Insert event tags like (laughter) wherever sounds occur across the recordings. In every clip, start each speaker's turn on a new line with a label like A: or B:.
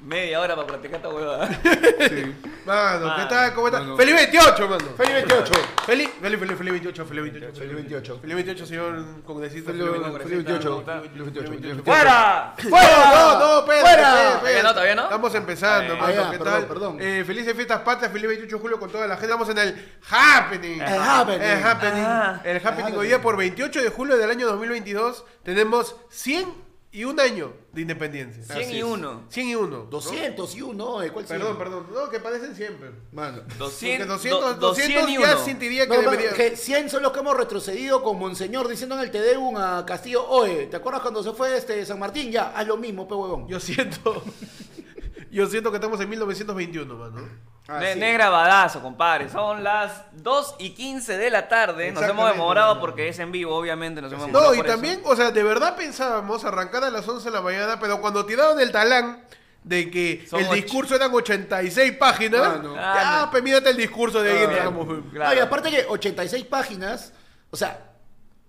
A: media hora para practicar esta
B: (laughs)
A: huevada.
B: Sí. Mano, ¿qué
A: Mano,
B: tal? ¿Cómo estás? mano. ¡Feliz 28, mano!
C: Feliz 28.
B: ¡Feliz, feliz, feliz, feliz 28, feliz 28!
C: Feliz 28.
B: Feliz 28, señor congresista.
C: Feliz
B: señor congresista.
C: 28. Feliz 28.
A: ¡Fuera!
B: ¡Fuera! No, no, espérate,
C: ¡Fuera! Eh,
B: espérate.
A: Todavía no, todavía no.
B: Estamos empezando,
A: Ah,
B: mano,
C: ya,
B: ¿qué
C: perdón,
B: tal?
C: perdón.
B: Eh, felices fiestas patrias, feliz 28 de julio con toda la gente. Estamos en el Happening.
C: El Happening.
B: El Happening.
A: Ah.
B: el Happening. Hoy día por 28 de julio del año 2022 tenemos 100 y un año de independencia.
A: 100 y 1.
B: 100 eh, y 1.
C: 201, ¿eh? ¿cuál
B: Perdón,
C: sigue?
B: perdón. No, que parecen siempre.
C: Mano.
A: 200,
B: Porque 200, 200
A: y
B: ya
A: 1.
B: sentiría que
C: No, mano,
B: debería...
C: que 100 son los que hemos retrocedido con Monseñor diciendo en el Tedeum a Castillo, oye, ¿te acuerdas cuando se fue este San Martín? Ya, haz lo mismo, pe huevón.
B: Yo siento... (laughs) Yo siento que estamos en 1921, mano.
C: Ah,
A: Ne-
C: sí.
A: Negra badazo, compadre. Son las 2 y 15 de la tarde. Nos hemos
B: Exactamente,
A: demorado
B: mano.
A: porque es en vivo, obviamente. Nos hemos demorado
B: No, y
A: por eso.
B: también, o sea, de verdad pensábamos arrancar a las 11 de la mañana, pero cuando tiraron el talán de que
A: Son
B: el
A: och-
B: discurso eran 86 páginas,
C: Ah, no.
B: ya,
A: Ah, no.
B: pues, mírate el discurso de ahí
C: Ah,
B: entramos.
A: Claro.
C: No, y aparte que 86 páginas, o sea,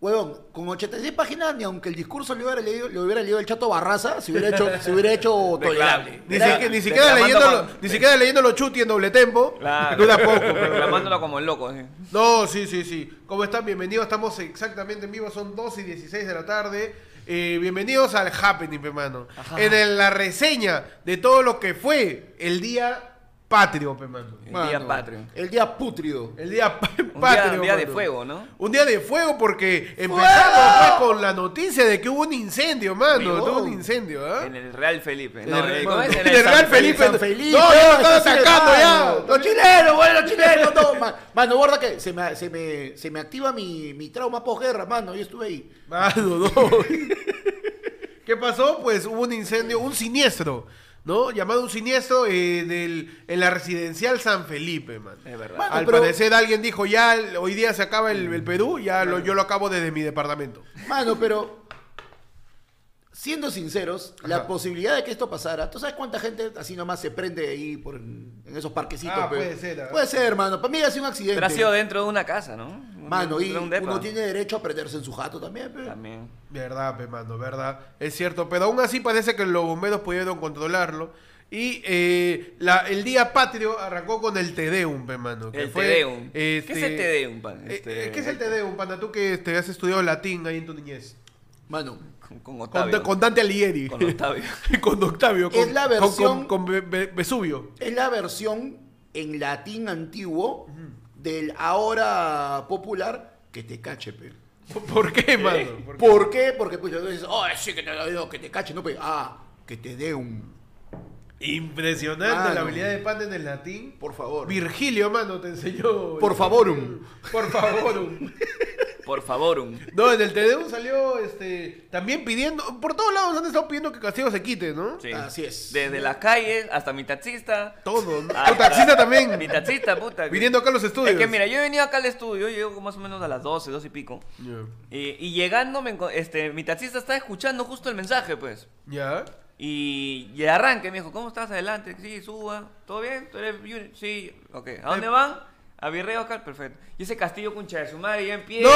C: huevón, con 86 páginas, ni aunque el discurso lo hubiera leído, lo hubiera leído el chato Barraza, se hubiera hecho, se hubiera hecho tolerable.
A: Declarable.
B: Ni,
A: Era-
B: siquiera- ni
A: de-
B: siquiera
A: reclamando
B: leyendo lo-
A: con-
B: ni siquiera leyendo los chuti en doble tempo.
A: Claro. (laughs)
B: Dura poco, pero-
A: Reclamándola como el loco. eh. sí.
B: No, sí, sí, sí. ¿Cómo están? Bienvenidos. Estamos exactamente en vivo. Son 2 y 16 de la tarde. Eh, bienvenidos al Happening, hermano. En el- la reseña de todo lo que fue el día patrio, hermano.
A: El día patrio.
C: El día pútrido.
B: El día (laughs) pa-
A: Eh. Un
B: patrio.
A: día, un día de
B: mano.
A: fuego, ¿no?
B: Un día de fuego porque empezamos pues, con la noticia de que hubo un incendio, mano.
C: Huevón.
B: Hubo un incendio, ¿ah?
A: En el Real Felipe. No,
B: En el-
A: eh, ¿cómo es? En
B: en el
A: San
B: Real Felipe.
C: San Felipe.
B: No, ya lo están
C: está
B: sacando
C: cerrado.
B: ya.
C: Los chilenos,
B: (laughs)
C: bueno, los chilenos, no, man. Mano, guarda que se me, se me, se me activa mi, mi trauma posguerra, mano. Yo estuve ahí.
B: Mano, no. Ah, (laughs) ¿Qué pasó? Pues hubo un incendio, un siniestro, ¿no? Llamado un siniestro eh, del- en la residencial San Felipe, man.
A: Es verdad.
C: Mano,
B: Al
C: pero-
B: parecer alguien dijo, ya el- hoy día se acaba el, el Perú, ya lo- yo lo acabo desde mi departamento.
C: Mano, pero. Siendo sinceros, la posibilidad de que esto pasara, ¿tú sabes cuánta gente así nomás se prende ahí por, en esos parquecitos?
B: Ah,
C: pe?
B: puede ser, ah.
C: Puede ser, mano. Para mí ha sido un accidente.
A: Pero ha sido dentro de una casa, ¿no?
C: Mano, y
A: Dentro de un depa.
C: uno tiene derecho a prenderse en su jato también, pues. pe.
A: También.
B: Verdad, pe, mano, verdad. Es cierto, pero aún así parece que los bomberos pudieron controlarlo. Y eh, la- el día patrio arrancó con el Tedeum, pe, mano. que
A: El
B: fue,
A: Tedeum.
B: este,
A: ¿Qué es el Tedeum, pan?
B: eh,
A: Este,
B: eh, ¿Qué es el Tedeum, pana? Tú que este, has estudiado latín ahí en tu niñez.
C: Mano,
A: Con, con
B: Con,
A: Octavio.
B: con Dante Alighieri.
A: Con Octavio.
B: (laughs) con Octavio. Con,
C: Es la
B: con-
C: versión-
B: Con, Ve- Ve- Vesubio. (laughs)
C: es la versión en latín antiguo del ahora popular que te cache, pe.
B: ¿Por qué, mano? ¿Por qué?
C: ¿Por qué? Porque pues dices, oh, sí que te lo digo, que te cache, no, pe. Ah, que te dé un.
B: Impresionante
C: Mano.
B: la habilidad de Pan en el latín.
C: Por favor.
B: Virgilio, mano, te enseñó.
C: Por favorum.
B: Por favor.
A: Por favor, un.
B: (laughs) No, en el Tedeum salió este, también pidiendo. Por todos lados han estado pidiendo que Castillo se quite, ¿no?
A: Sí.
C: Así es.
A: Desde las calles hasta mi taxista.
B: Todo. ¿no?
A: Ah,
B: Tu taxista
A: Mi (laughs)
B: también.
A: taxista, puta.
B: Viniendo acá a los estudios.
A: Es que mira, yo he venido acá al estudio, yo llego más o menos a las 12, 12 y pico.
B: Ya.
A: Y, y llegando, me enco- este, mi taxista estaba escuchando justo el mensaje, pues.
B: Ya.
A: Y, y arranque, me dijo, ¿cómo estás adelante? Sí, suba, ¿todo bien? ¿Tú eres junior? Sí, ok. ¿A dónde van? A Virrey Oscar, perfecto. Y ese castillo concha de su madre ya empieza.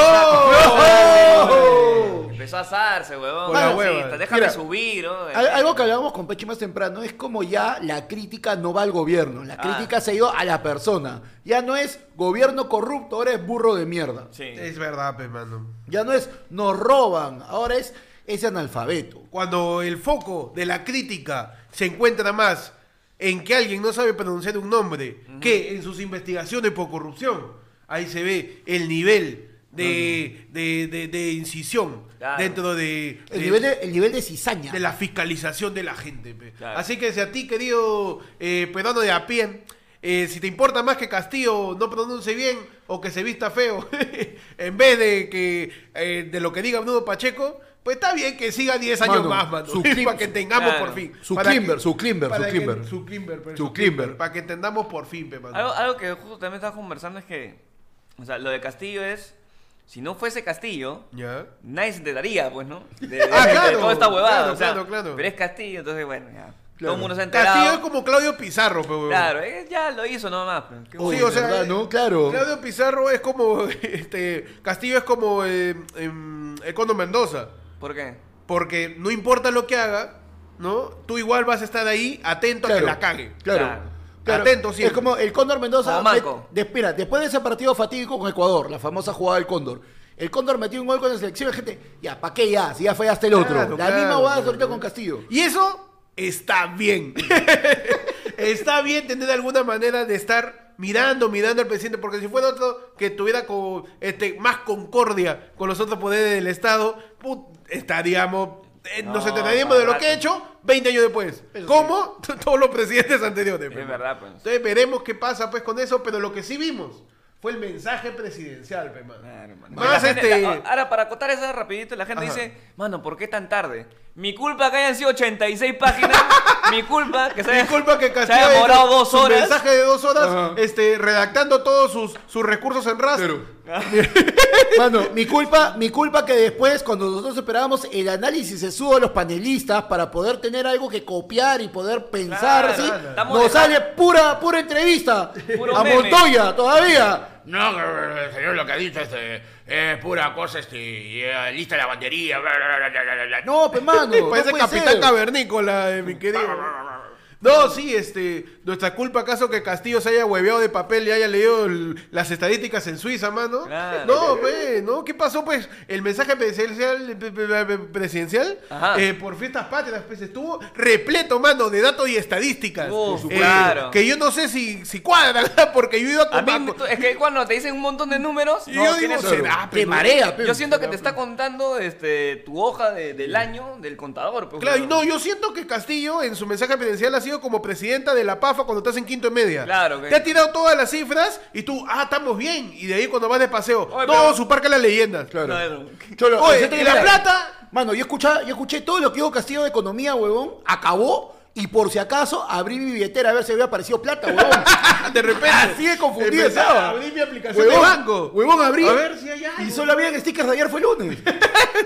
B: ¡No!
A: ¡No! Empezó a asarse, huevón.
B: Por la
A: taxista,
B: hueva.
A: déjame
C: Mira,
A: subir, ¿no? Este,
C: Al- Algo que hablábamos con Pechi más temprano es como ya la crítica no va al gobierno, la
A: Ah.
C: crítica se ha ido a la persona. Ya no es gobierno corrupto, ahora es burro de mierda.
A: Sí.
B: Es verdad, pe, mano.
C: Ya no es nos roban, ahora es ese analfabeto.
B: cuando el foco de la crítica se encuentra más en que alguien no sabe pronunciar un nombre que en sus investigaciones por corrupción, ahí se ve el nivel de, de, de- de incisión
A: Claro.
B: dentro de, de-
C: El, nivel, de, el nivel de cizaña.
B: de la fiscalización de la gente. pe.
A: Claro.
B: Así que si a ti, querido eh, peruano de a pie, eh, si te importa más que Castillo no pronuncie bien o que se vista feo, (laughs) en vez de que eh, de lo que diga Bruno Pacheco, pues está bien que siga 10 años
C: Mano,
B: más, mano.
C: su
B: (laughs) para que tengamos
A: claro.
B: por fin.
C: Su
B: Para
C: Klimber,
B: que-
C: su Klimber,
B: para
C: su
B: que-
C: Klimber.
B: Su Klimber, pero
C: Su
B: su Klimber,
C: Klimber.
B: Para que entendamos por fin, pe, mano.
A: Algo, algo que justo también estaba conversando es que, o sea, lo de Castillo es, si no fuese Castillo,
B: Ya.
A: nadie se enteraría, pues, ¿no? De, de-
B: Ah,
A: de
B: claro,
A: toda esta huevada,
B: claro,
A: o sea,
B: claro, claro.
A: pero es Castillo, entonces, bueno, ya, todo
C: Claro.
A: el mundo se ha enterado.
B: Castillo es como Claudio Pizarro, pe, weón.
A: Claro, eh, ya lo hizo nomás. pues. Qué
C: Oye,
B: Sí, o sea,
C: ¿verdad,
B: eh,
C: ¿no? Claro.
B: Claudio Pizarro es como (laughs) este Castillo es como eh, em, Econo Mendoza.
A: ¿Por qué?
B: Porque no importa lo que haga, ¿no? Tú igual vas a estar ahí atento a que
C: Claro.
B: la cague.
A: Claro.
C: Claro. claro.
B: Atento siempre.
C: Es como el Cóndor Mendoza.
A: Como Manco.
C: de- de- mira, después de ese partido fatídico con Ecuador, la famosa jugada del Cóndor. El Cóndor metió un gol con la selección y gente, ya, ¿para qué ya? Si ya fallaste el otro.
B: Claro,
C: la
B: claro,
C: misma jugada
B: claro.
C: ahorita con Castillo.
B: Y eso está
A: (laughs)
B: bien. está bien tener alguna manera de estar mirando, mirando al presidente, porque si fuera otro que tuviera co- este, más concordia con los otros poderes del Estado, put- estaríamos... eh, nos
A: No,
B: enteraríamos de lo
A: barato.
B: que he hecho 20 años después.
C: Eso sí.
B: Como (laughs) todos los presidentes anteriores.
A: Es verdad, pues.
B: Entonces veremos qué pasa pues con eso, pero lo que sí vimos fue el mensaje presidencial, pe, mano.
A: Claro, mano.
B: Más
A: La gente-
B: este...
A: la- ahora, para acotar esa rapidito, la gente
B: Ajá.
A: dice, mano, ¿por qué tan tarde? Mi culpa que hayan sido 86 páginas, (laughs) mi culpa que se haya,
B: Disculpa que
A: Este, se
B: Castillo
A: haya
B: haya
A: demorado
B: hecho
A: dos
B: su
A: horas.
B: mensaje de dos horas,
C: Ajá.
B: este, redactando todos sus, sus recursos en Ah, rastro.
C: (laughs) Mano, mi culpa, mi culpa que después, cuando nosotros esperábamos el análisis se subo a los panelistas para poder tener algo que copiar y poder pensar,
A: Claro,
C: ¿sí?
A: claro. Estamos
C: nos
A: dejando-
C: sale pura, pura entrevista.
A: Puro
C: a
A: meme.
C: Montoya, todavía.
D: No, eh, señor, lo que ha dicho este, es pura cosa, este, y, eh, lista la bandería, bla, bla, bla, bla, bla, bla. No,
C: No, pues, mano.
B: (laughs)
C: no
B: Parece
C: puede
B: Capitán
C: ser.
B: Cavernícola, eh, mi querido. No, sí, este, nuestra culpa acaso que Castillo se haya hueveado de papel y haya leído el- las estadísticas en Suiza, mano.
A: Claro.
B: No, pe, no, ¿qué pasó pues? El mensaje presidencial, eh, pe- pe- pe- presidencial
A: Ajá.
B: eh, por fiestas patrias pues, estuvo repleto, mano, de datos y estadísticas.
A: Uf, claro.
B: Que yo no sé si, si cuadran, (laughs) porque yo he ido a
A: A mí,
B: Comaco.
A: tú- es que cuando te dicen un montón de números,
B: Y
A: no,
B: yo digo,
A: tienes-
B: será,
C: Te marea, pe.
A: yo siento que te está contando este, tu hoja de- del año del contador. pues,
B: Claro,
A: weón.
B: y no, yo siento que Castillo en su mensaje presidencial ha sido como presidenta de la PAFA cuando estás en quinto y media.
A: Claro, que-
B: Te ha tirado todas las cifras y tú, ah, estamos bien. Y de ahí cuando vas de paseo,
A: Oye,
B: no,
A: pero-
B: su parque las leyendas.
C: Claro.
A: Claro.
C: Cholo,
B: Oye,
C: siento que
B: ¿y la
C: mira,
B: plata?
C: Mano, yo escuchaba, yo escuché todo lo que dijo Castillo de Economía, huevón. Acabó. Y por si acaso abrí mi billetera a ver si había aparecido plata, huevón.
B: Ah, De repente.
C: (laughs) Así de Ah, confundido
B: empezaba,
C: estaba.
B: Abrí mi aplicación de banco.
C: Huevón, abrí.
B: A ver si hay algo.
C: Y solo habían stickers de ayer fue lunes. (laughs)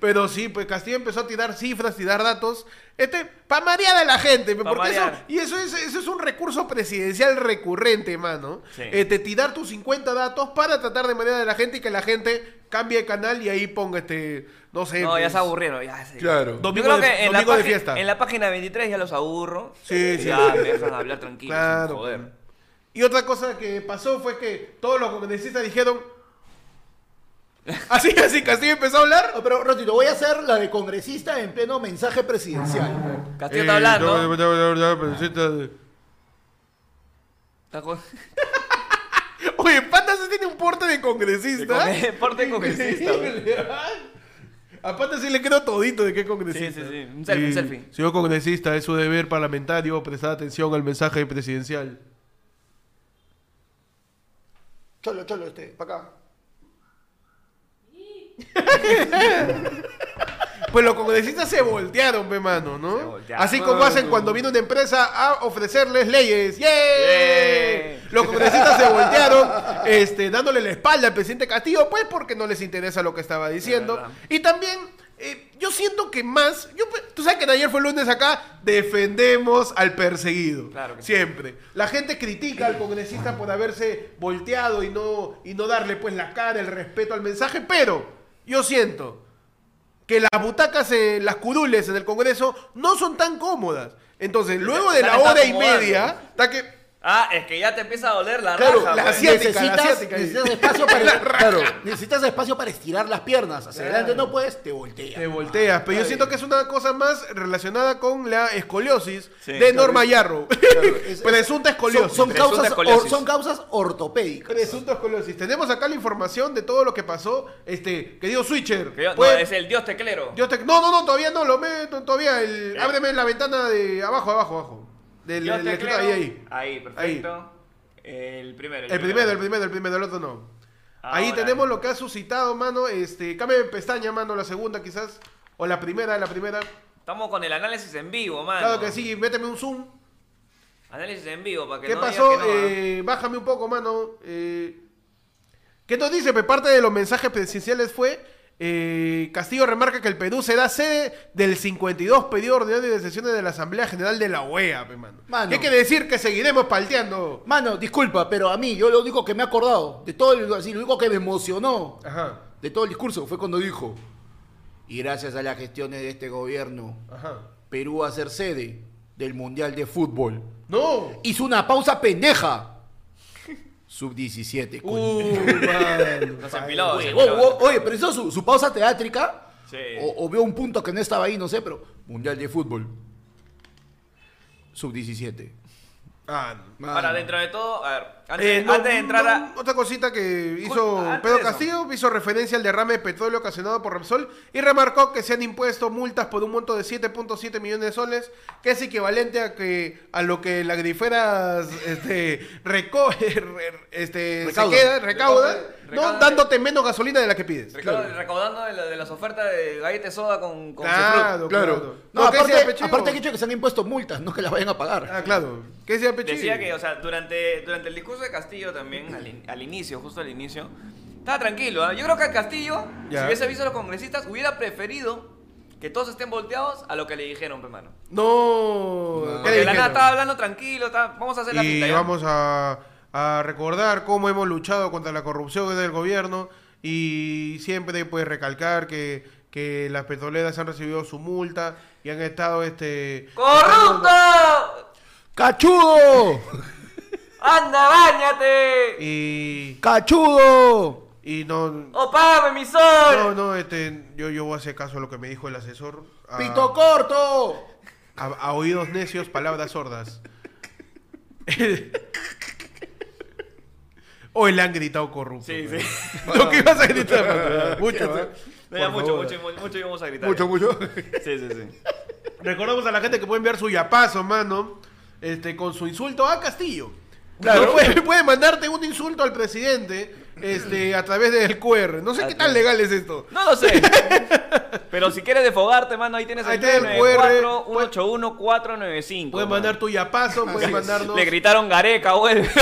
B: Pero sí, pues Castillo empezó a tirar cifras, tirar datos. Este, pa' marear a la gente,
A: Pa'
B: porque eso,
A: marear.
B: y eso es, eso es un recurso presidencial recurrente, mano.
A: Sí.
B: Este, tirar tus 50 datos para tratar de marear a la gente y que la gente cambie de canal y ahí ponga este, no sé.
A: No, ya
B: pues,
A: se aburrieron. Ya, sí.
B: Claro.
A: Yo
B: Domingo
A: creo
B: de-
A: que en la,
B: domingo de
A: págin-
B: fiesta.
A: en la página 23 ya los aburro.
B: Sí, sí.
A: Ya
B: (laughs)
A: me dejan hablar tranquilo.
B: Claro. Eh,
A: Joder.
B: Y otra cosa que pasó fue que todos los congresistas dijeron. Así, así, Castillo empezó a hablar.
C: No, Pero, ratito, voy a hacer la de congresista en pleno mensaje presidencial.
A: Castillo está hablando. Está con-
B: Oye, Panda sí tiene un porte de
A: (laughs)
B: congresista.
A: De con- porte de
B: (laughs)
A: congresista,
B: Increíble, ¿ah? A Panda sí le creo todito de qué congresista.
A: Sí, sí, sí. Un selfie, un selfie.
B: Señor congresista, es su deber parlamentario prestar atención al mensaje presidencial.
C: Cholo, cholo, este, para acá.
B: Pues los congresistas se voltearon, pe mano, ¿no?
A: voltearon.
B: Así como hacen cuando viene una empresa a ofrecerles leyes. ¡Yay!
A: ¡Yay!
B: Los congresistas se voltearon, este, dándole la espalda al presidente Castillo, pues porque no les interesa lo que estaba diciendo.
A: verdad.
B: Y también, eh, yo siento que más, yo, pe- tú sabes que ayer fue lunes acá, defendemos al perseguido.
A: Claro que sí.
B: Siempre. La gente critica al congresista por haberse volteado y no, y no darle pues la cara, el respeto al mensaje, pero yo siento que las butacas, en, las curules en el Congreso no son tan cómodas. Entonces, luego de
A: Están-
B: la
A: están
B: hora y
A: acomodando.
B: media, está que...
A: Ah, es que ya te empieza a doler la
B: Claro,
A: raja.
B: la
A: pues.
B: asiática, la
C: necesitas,
B: asiática.
C: necesitas espacio para (laughs) claro, necesitas espacio para estirar las piernas. Hacia adelante no puedes, te volteas.
B: Te volteas, pero yo siento que es una cosa más relacionada con la escoliosis
A: Sí,
B: de
A: claro.
B: Norma Yarro. (laughs)
C: es-
B: Presunta
C: Son,
B: escoliosis.
C: son
A: Presunta
C: causas,
A: escoliosis.
C: or- son causas ortopédicas.
B: Presunta escoliosis. Tenemos acá la información de todo lo que pasó. Este, querido Switcher.
A: Que yo- no,
B: puede-
A: es el dios teclero.
B: Dios te- No, no, no, todavía no, lo meto todavía. el- Ábreme la ventana de abajo, abajo, abajo. Del,
A: Dios
B: del- del-
A: teclero.
B: ahí, ahí.
A: Ahí, perfecto. El primero.
B: El primero, el primero, el primero, el otro no. Ahí
A: Ahora.
B: tenemos lo que ha suscitado, mano. Este, cámbiame pestaña, mano, la segunda quizás. O la primera, la primera.
A: Estamos con el análisis en vivo, mano.
B: Claro que sí, méteme un zoom.
A: Análisis en vivo para que
B: ¿Qué
A: no
B: pasó?
A: digas que no, ¿ah?
B: Eh, bájame un poco, mano. Eh, ¿Qué nos dice? Pe? Parte de los mensajes presidenciales fue. eh, Castillo remarca que el Perú será sede del 52 pedido ordinario de sesiones de la Asamblea General de la OEA, pe, mano.
C: Mano.
B: ¿Qué quiere decir que seguiremos palteando?
C: Mano, disculpa, pero a mí, yo lo único que me he acordado, de todo el, así, lo único que me emocionó
B: Ajá,
C: de todo el discurso fue cuando dijo, y gracias a las gestiones de este gobierno,
B: ajá.
C: Perú va a ser sede del Mundial de Fútbol.
B: No.
C: Hizo una
A: (laughs)
C: pausa pendeja. Sub-17. coño. (laughs)
B: Uh, mano.
A: Nos empiló. nos
C: Oye,
A: empiló.
C: o- o- oye, pero hizo su, su pausa teátrica.
A: Sí.
C: O, o veo un punto que no estaba ahí, no sé, pero Mundial de Fútbol. Sub-17.
B: Ah, no.
A: Ahora, dentro de todo, a ver, antes,
B: Eh, no,
A: antes de entrar
B: no,
A: a.
B: Otra cosita que hizo
A: Antes de
B: Pedro
A: eso.
B: Castillo, hizo referencia al derrame de petróleo ocasionado por Repsol y remarcó que se han impuesto multas por un monto de 7.7 millones de soles, que es equivalente a que a lo que la grifera este, reco- (laughs) re- este,
C: Recauda.
B: se queda, recauda,
A: Recauda,
B: ¿no?
A: recauda.
B: dándote menos gasolina de la que pides.
A: Recaudando, recaudando de, la- de las ofertas de galletas soda con, con
B: Claro.
A: Cefrut.
C: No,
B: No, que sea
C: aparte,
B: pechivo.
C: aparte que he dicho que se han impuesto multas, no que las vayan a pagar.
B: Ah, claro. ¿Qué decía Pechi?
A: Decía que, o sea, durante, durante el discurso de Castillo también, al, in- al inicio, justo al inicio, estaba tranquilo. ¿ah? Yo creo que Castillo,
B: Ya.
A: si hubiese visto a los congresistas, hubiera preferido que todos estén volteados a lo que le dijeron, hermano.
B: No. ¿qué le
A: Porque la
B: dijeron?
A: nada estaba hablando tranquilo, estaba- vamos a hacer la pinta.
B: Y
A: ya.
B: vamos a, a recordar cómo hemos luchado contra la corrupción del gobierno y siempre pues recalcar que, que las petroleras han recibido su multa y han estado este
A: ¡Corrupto!
C: ¡Cachudo!
A: ¡Anda, bañate!
B: y,
C: ¡Cachudo!
B: y no
A: ¡Opame mi sol!
B: no no este yo yo voy a hacer caso a lo que me dijo el asesor a,
C: ¡Pito corto!
B: a- a oídos necios
A: (laughs)
B: palabras sordas Hoy le han gritado corrupto.
A: Sí,
B: pues.
A: sí.
B: Lo
A: (laughs)
B: que ibas a gritar, Manuel. Mucho, ¿eh?
A: No, (laughs) ya
B: Por
A: mucho,
B: favor.
A: mucho, mucho, mucho íbamos a gritar.
C: Mucho,
A: ya.
C: mucho.
A: Sí, sí, sí.
B: Recordamos a la gente que puede enviar su yapazo, mano, este, con su insulto a Castillo.
C: Claro.
B: No Puede, puede mandarte un insulto al presidente este, a través del QR. No sé qué tan legal es esto.
A: No lo
B: (laughs)
A: sé. Pero si quieres desfogarte, mano, ahí tienes
B: Ahí
A: el
B: tiene el
A: 994-181-495.
B: Puedes mandar tu yapazo, puedes mandarnos.
A: Le gritaron Gareca, güey.
C: (laughs)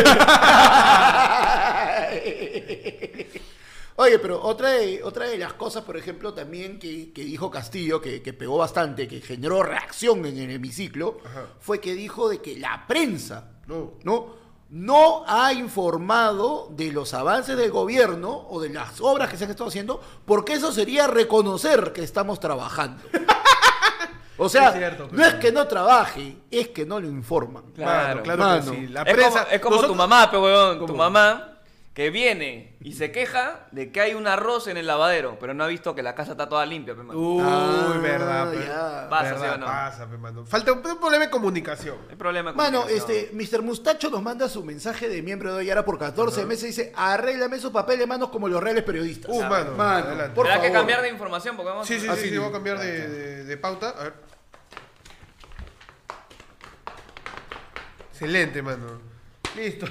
C: Oye, pero otra de, otra de las cosas, por ejemplo, también que, que dijo Castillo, que, que pegó bastante, que generó reacción en el hemiciclo, fue que dijo de que la prensa
B: No.
C: ¿no? no ha informado de los avances del gobierno o de las obras que se han estado haciendo, porque eso sería reconocer que
B: (laughs)
C: estamos trabajando. O sea,
B: Es cierto,
C: no es que no trabaje, es que no lo informan.
B: Mano,
A: Claro,
B: claro
C: mano.
B: que sí.
A: (laughs)
B: La
A: es como,
B: prensa.
A: es como tu
B: nosotros-
A: mamá, pe, weón. Tu
B: ¿Cómo?
A: mamá que viene y se queja de que hay un arroz en el lavadero, pero no ha visto que la casa está toda limpia, pe, mano.
B: Uy,
C: Ah,
B: verdad. pe.
C: ya.
A: Pasa,
B: Verdad,
A: ¿sí o no?
B: pasa, pe, mano. Falta un un problema de comunicación.
A: Hay problema con
C: Mano,
A: comunicación.
C: este, Mr. Mustacho nos manda su mensaje de miembro de hoy, ahora por 14 meses, dice, arréglame esos papeles, manos, como los reales periodistas.
B: Uh, mano.
C: Mano,
B: adelante.
C: por
A: Tendrá que
C: favor.
A: cambiar de información porque vamos
B: Sí, sí,
A: a-
B: sí,
C: Así
B: sí,
C: sí.
B: voy a cambiar de, de- de pauta. A ver. Excelente, mano. Listo.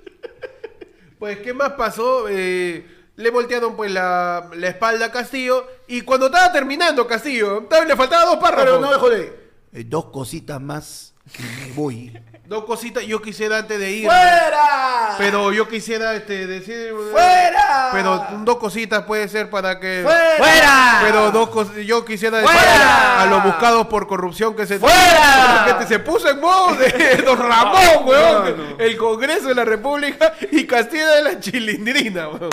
B: (laughs) pues, ¿qué más pasó? Eh, le voltearon pues la, la espalda a Castillo. Y cuando estaba terminando Castillo, todavía le faltaban dos párrafos.
C: Pero no, déjole. eh, dos cositas más y me voy.
B: Dos cositas. Yo quisiera antes de ir.
C: ¡Fuera!
B: Pero yo quisiera este, decir.
C: ¡Fuera!
B: Pero dos cositas puede ser para que.
C: ¡Fuera!
A: ¡Fuera!
B: Pero dos cosas, yo quisiera decir
A: ¡Fuera!
B: a los buscados por corrupción que se
A: ¡Fuera!
B: que te- se puso en modo de (laughs) Don Ramón, weón. El Congreso de la República y Castilla de la Chilindrina, weón.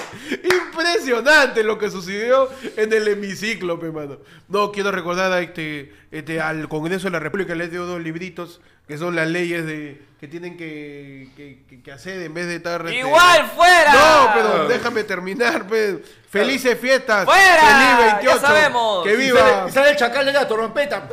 B: Impresionante lo que sucedió en el hemiciclo, pe, mano. No, quiero recordar a este, este, al Congreso de la República, les dio dos libritos que son las leyes de que tienen que, que- que- que hacer en vez de estar... este,
A: ¡Igual fuera!
B: no, pero déjame terminar, pe. Felices fiestas.
A: ¡Fuera!
B: Feliz 28.
A: ¡Ya sabemos!
B: Que
C: Y
B: viva,
C: sale, y sale el chacal de la torrompeta.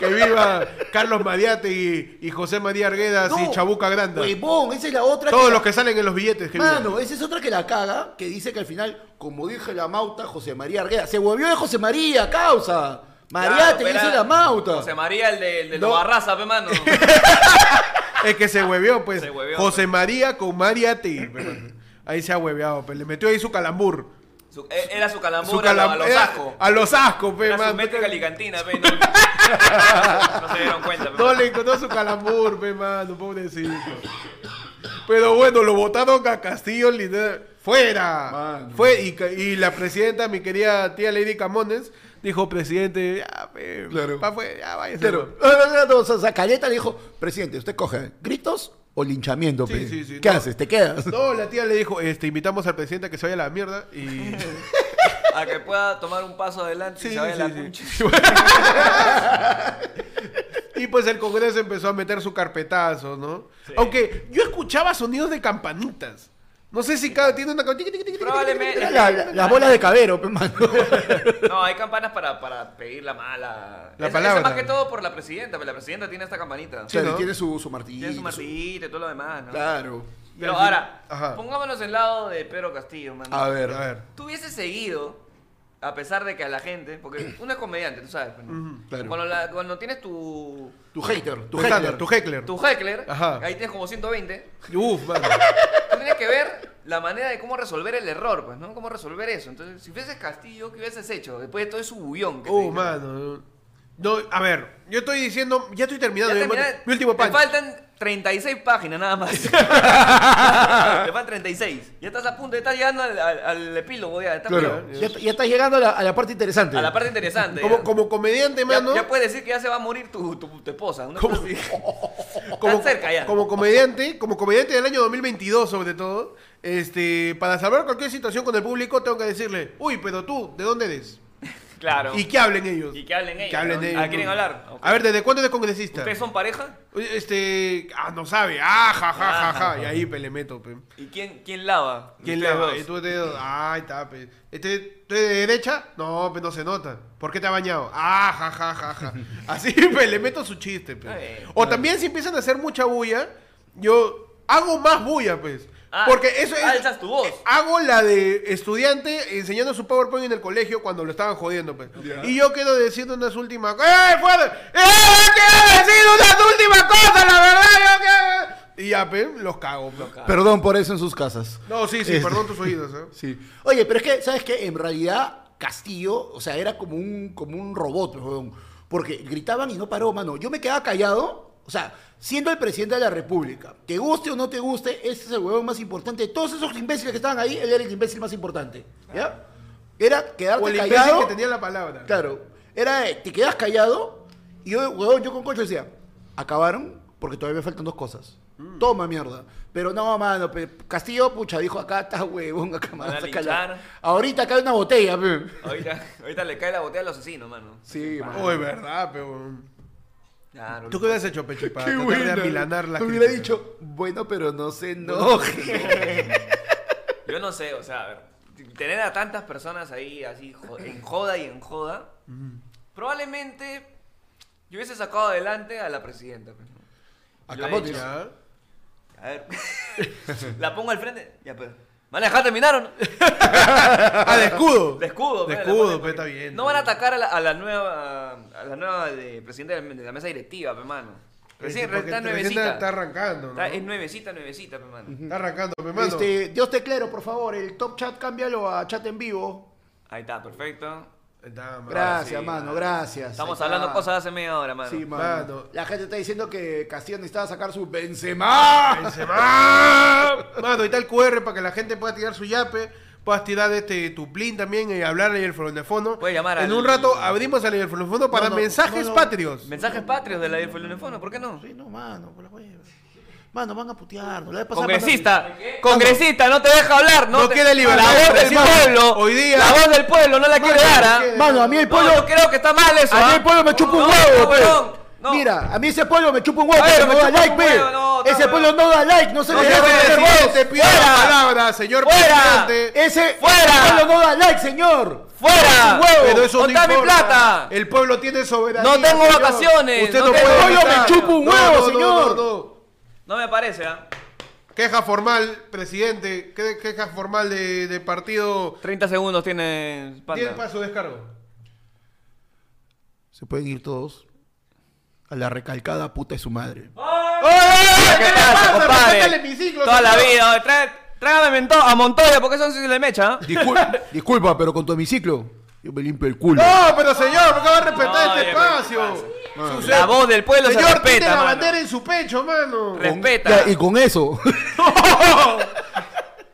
B: que viva Carlos Mariate y, y José María Arguedas y Chabuca Granda.
C: Huevón, esa es la otra.
B: Todos
C: la-
B: los que salen en los billetes. Que vivan.
C: Mano, esa es otra que la caga, que dice que al final, como dije la mauta, José María Argueda, se volvió de José María, causa. María te dice la mauta.
A: José María, el de, el de
B: No.
A: los barrazas, pe,
B: (laughs)
A: mano.
B: Es que se hueveó, pues.
A: Se hueveó,
B: José María con Mariate. pe, mano. Ahí se ha hueveado, pues. Le metió ahí su calambur.
A: Su- e- era su calambur,
B: Su
A: a
B: calam-
A: los
B: era-
A: ajos.
B: A los ascos, pe,
A: Era su
B: mano.
A: métrica alicantina, pe, no, (laughs) no se dieron cuenta. pe,
B: No
A: mano.
B: le encontró su calambur, pe, mano, pobrecito. Pero bueno, lo votaron a Castillo Linares. ¡Fuera!
C: Mano.
B: Fue, y, ca- y la presidenta, mi querida tía Lady Camones, dijo, presidente, ya, pe,
C: Claro.
B: pa' fue- ya váyase,
C: Pero,
B: mano".
C: no, no, no, o sea, Zacarieta le dijo, presidente, usted coge gritos o linchamiento,
B: Sí,
C: pe?
B: sí, sí,
C: ¿Qué
B: no. (laughs)
C: haces? ¿Te quedas? (laughs)
B: No, la tía le dijo, este, invitamos al presidente a que se vaya a la mierda y...
A: a que pueda tomar un paso adelante y
B: Sí,
A: se vaya
B: sí,
A: la
B: sí.
A: concha.
B: Y pues el Congreso empezó a meter su carpetazo, ¿no? Aunque yo escuchaba sonidos de campanitas. No sé si cada tiene una
A: Probablemente.
C: La- la- las bolas de cabero, pe, mano.
A: No, hay campanas para, para pedir la mala.
B: La
A: Eso-
B: palabra.
A: eso más que todo por la presidenta, pero la presidenta tiene esta campanita.
C: O sea,
B: ¿no?
C: tiene su, su martillo.
A: Tiene su
C: su-
A: martillita y todo lo demás, ¿no?
C: Claro.
A: Pero ahora,
B: Ajá.
A: pongámonos del lado de Pedro Castillo, man.
C: A ver,
B: A ver.
A: Tú hubieses seguido, a pesar de que a la gente, porque uno es comediante, tú sabes. pues, ¿no?
B: Ujú,
C: claro.
A: cuando, la- cuando tienes tu,
C: Tu hater, tu
B: Tu
C: hater.
B: heckler, tu heckler.
A: tu heckler,
B: Ajá.
A: ahí tienes como 120,
B: Uf, mano.
A: tú tienes que ver la manera de cómo resolver el error, pues, ¿no? Cómo resolver eso. Entonces, si hubieses Castillo, ¿qué hubieses hecho? Después de todo ese bullón que te
B: Uh,
A: dijeron.
B: mano. No, a ver, yo estoy diciendo, ya estoy terminando.
A: Ya
B: mi-
A: terminé.
B: mi último
A: Te
B: pan.
A: faltan 36 páginas nada
B: (laughs)
A: más. te faltan 36. Ya estás a punto, ya estás llegando al, al- al epílogo ya. estás-
B: Claro.
C: Ya, ya estás llegando a la, a la parte interesante.
A: A la parte interesante.
B: Como,
A: ya.
B: como comediante,
A: Ya-
B: mano.
A: ya, puedes decir que ya se va a morir tu, tu- tu esposa. Una
B: Como-
A: cosa así.
B: (laughs) como,
A: Estás cerca ya.
B: como comediante, como comediante del año 2022 sobre todo, este, para salvar cualquier situación con el público tengo que decirle, uy, pero tú, ¿de dónde eres?
A: Claro.
B: Y que hablen ellos.
A: Y que hablen ellos,
B: Que hablen
A: ¿no?
B: ellos,
A: Ah, ¿quieren
B: ¿no?
A: hablar? Ok.
B: A ver, ¿desde cuándo eres congresista?
A: ¿Ustedes son pareja?
B: Oye, Este, ah, no sabe, ah, ja, ja, ja, ja. Y ahí pe, le meto, pe.
A: ¿Y quién, quién lava?
B: ¿Quién le
A: Ustedes
B: va?
A: dos.
B: Y tú te ay, está, pe. Este, ¿tú eres de derecha? No, pe, no se nota. ¿Por qué te ha bañado? Ah, ja, ja,
A: (laughs)
B: ja, ja. Así, pe, le meto su chiste, pe.
A: Ay,
B: O también si empiezan a hacer mucha bulla, yo hago más bulla, pues.
A: Ah,
B: Porque eso es.
A: alzas tu voz.
B: eh, Hago la de estudiante enseñando su PowerPoint en el colegio cuando lo estaban jodiendo, pues. Y yo quiero decir unas últimas cosas. ¡Eh, fuera! ¡Eh, yo quiero decir unas últimas cosas, la verdad! Yo quiero... Y ya, pues, los cago, pe.
C: Perdón por eso en sus casas.
B: No, sí, sí,
C: Este-
A: (laughs)
B: perdón tus oídos, ¿eh?
C: Sí. Oye, pero es que, ¿sabes qué? En realidad, Castillo, o sea, era como un, como un robot, pues, huevón. Porque gritaban y no paró, mano. Yo me quedaba callado, o sea, siendo el presidente de la República, te guste o no te guste, ese es el huevón más importante. De todos esos imbéciles que estaban ahí, él era el imbécil más importante. ¿Ya? Era quedarte
B: O el imbécil
C: callado.
B: que tenía la palabra.
C: Claro. Era, eh, te quedas callado y yo, huevón, yo con coche decía, acabaron porque todavía me faltan dos cosas. Toma mierda. Pero no, mano, pe- Castillo, pucha, dijo, acá está huevón, acá me
A: Van a
C: vas a calar.
A: linchar.
C: Ahorita cae una botella, pe.
A: Ahorita, ahorita le cae la botella al asesino, mano.
C: Sí, mano.
B: Oh, es verdad, pero.
A: Claro.
B: ¿Tú qué hubieras hecho, Pechi, para
C: Qué
B: tratar de
C: buena.
B: amilanar la
C: Me hubiera
B: crítica?
C: dicho, bueno, pero no se enoje. (laughs)
A: Yo no sé, o sea, a ver, t- tener a tantas personas ahí así jo- en joda y en joda, probablemente yo hubiese sacado adelante a la presidenta. pues, ¿no?
C: A
A: Yo he
C: Capote.
A: dicho,
B: Ya.
A: A ver,
B: (laughs)
A: la pongo al frente. Ya, pero. ¿Van a dejar terminar o no?
B: Ah, de escudo.
A: De escudo.
B: De
A: pues, la
B: escudo,
A: ponen-
B: pues, está bien.
A: No van a atacar a la, a la nueva, a la nueva de, presidenta de, la mesa directiva, pues, hermano. Recién,
B: Porque
A: está
B: recién
A: nuevecita.
B: Está arrancando, ¿no?
A: Está- es nuevecita, nuevecita, pues, hermano.
B: Está arrancando, mi hermano.
C: Este, Dios te clero, por favor, el top chat cámbialo a chat en vivo.
A: Ahí está, perfecto.
B: Está, Ah, mano.
C: Gracias,
A: sí,
C: mano,
A: mano.
C: gracias.
A: Estamos
C: Ahí está.
A: hablando cosas de hace media hora, mano.
C: Sí, mano.
B: Mano.
C: La gente está diciendo que Castillo necesitaba sacar su Benzema.
B: Benzema. Mano, ahí está el QR para que la gente pueda tirar su yape. Puedas tirar este, tu plin también y hablar en el fonofono.
A: Puedes llamar
B: En
A: al-
B: un rato abrimos el fonofono para
C: No, no,
B: mensajes
C: no, no.
B: patrios.
A: Mensajes patrios de la Difolionefono, ¿por qué no?
C: Sí, no, mano, por la hueva. Mano, van a putearnos. La vez pasada
A: Congresista, congresista, no te deja hablar, no,
B: No
A: te-
B: quiere libertad de
A: La voz del
B: expresión.
A: pueblo,
B: Hoy día-
A: la voz del pueblo no la quiere
B: Mano,
A: dar, ¿ah?
B: no quiere.
C: mandaron- Mano, a mí el
A: No,
C: pueblo.
A: yo creo que está mal eso,
C: a mí
A: ¿ah?
C: el pueblo me chupa un
A: No,
C: huevo,
A: no,
C: pe.
A: huevón, no.
C: Mira, a mí ese pueblo me chupa un huevo.
A: A ver,
C: pero
A: me
C: no da
A: chupa
C: like,
A: un
C: pe.
A: huevo, no, otra
C: ese
A: vez.
C: pueblo no da like, no se
A: No,
C: me
A: ya
C: deja
A: voy a
C: meter
A: decir,
C: voz.
B: Te pido la
A: ¡Fuera!
B: palabra, señor
A: ¡Fuera!
B: presidente.
C: Ese
A: ¡Fuera!
C: ese pueblo no da like, señor.
A: ¡Fuera!
C: Un huevo.
B: Pero eso no
A: ¿Dónde está mi
B: importa.
A: plata?
B: El pueblo tiene soberanía.
A: No tengo
B: señor.
A: vacaciones,
B: Usted
A: no
B: no,
A: tengo-
B: puede.
A: El pueblo
B: gritar.
A: me
C: chupa un
B: No,
C: huevo,
B: no, no, no,
C: señor.
B: no.
A: No me parece, ¿ah?
B: Queja formal, presidente. que- Queja formal de, de partido.
A: 30 segundos tiene
B: Tiene para
A: Panda.
B: su descargo.
C: Se pueden ir todos a la recalcada puta de su madre.
A: ¿Qué pasa,
B: Respétale
A: compadre?
B: mi ciclo,
A: Toda la
B: señor.
A: vida, oye, trae- tráigame en to- a Montoya, porque son si le mecha, ¿ah?
C: Disculpa,
A: (laughs)
C: disculpa, pero con tu hemiciclo yo me limpio el culo.
B: No, pero señor, ¿por qué va a respetar
A: No,
B: este
A: ya, pero
B: espacio? Su-
A: La voz del pueblo se
B: Señor, tiene
A: respeta,
B: la
A: mano.
B: bandera en su pecho, mano.
A: Re-
C: Con-
A: respeta.
C: ya, y con eso.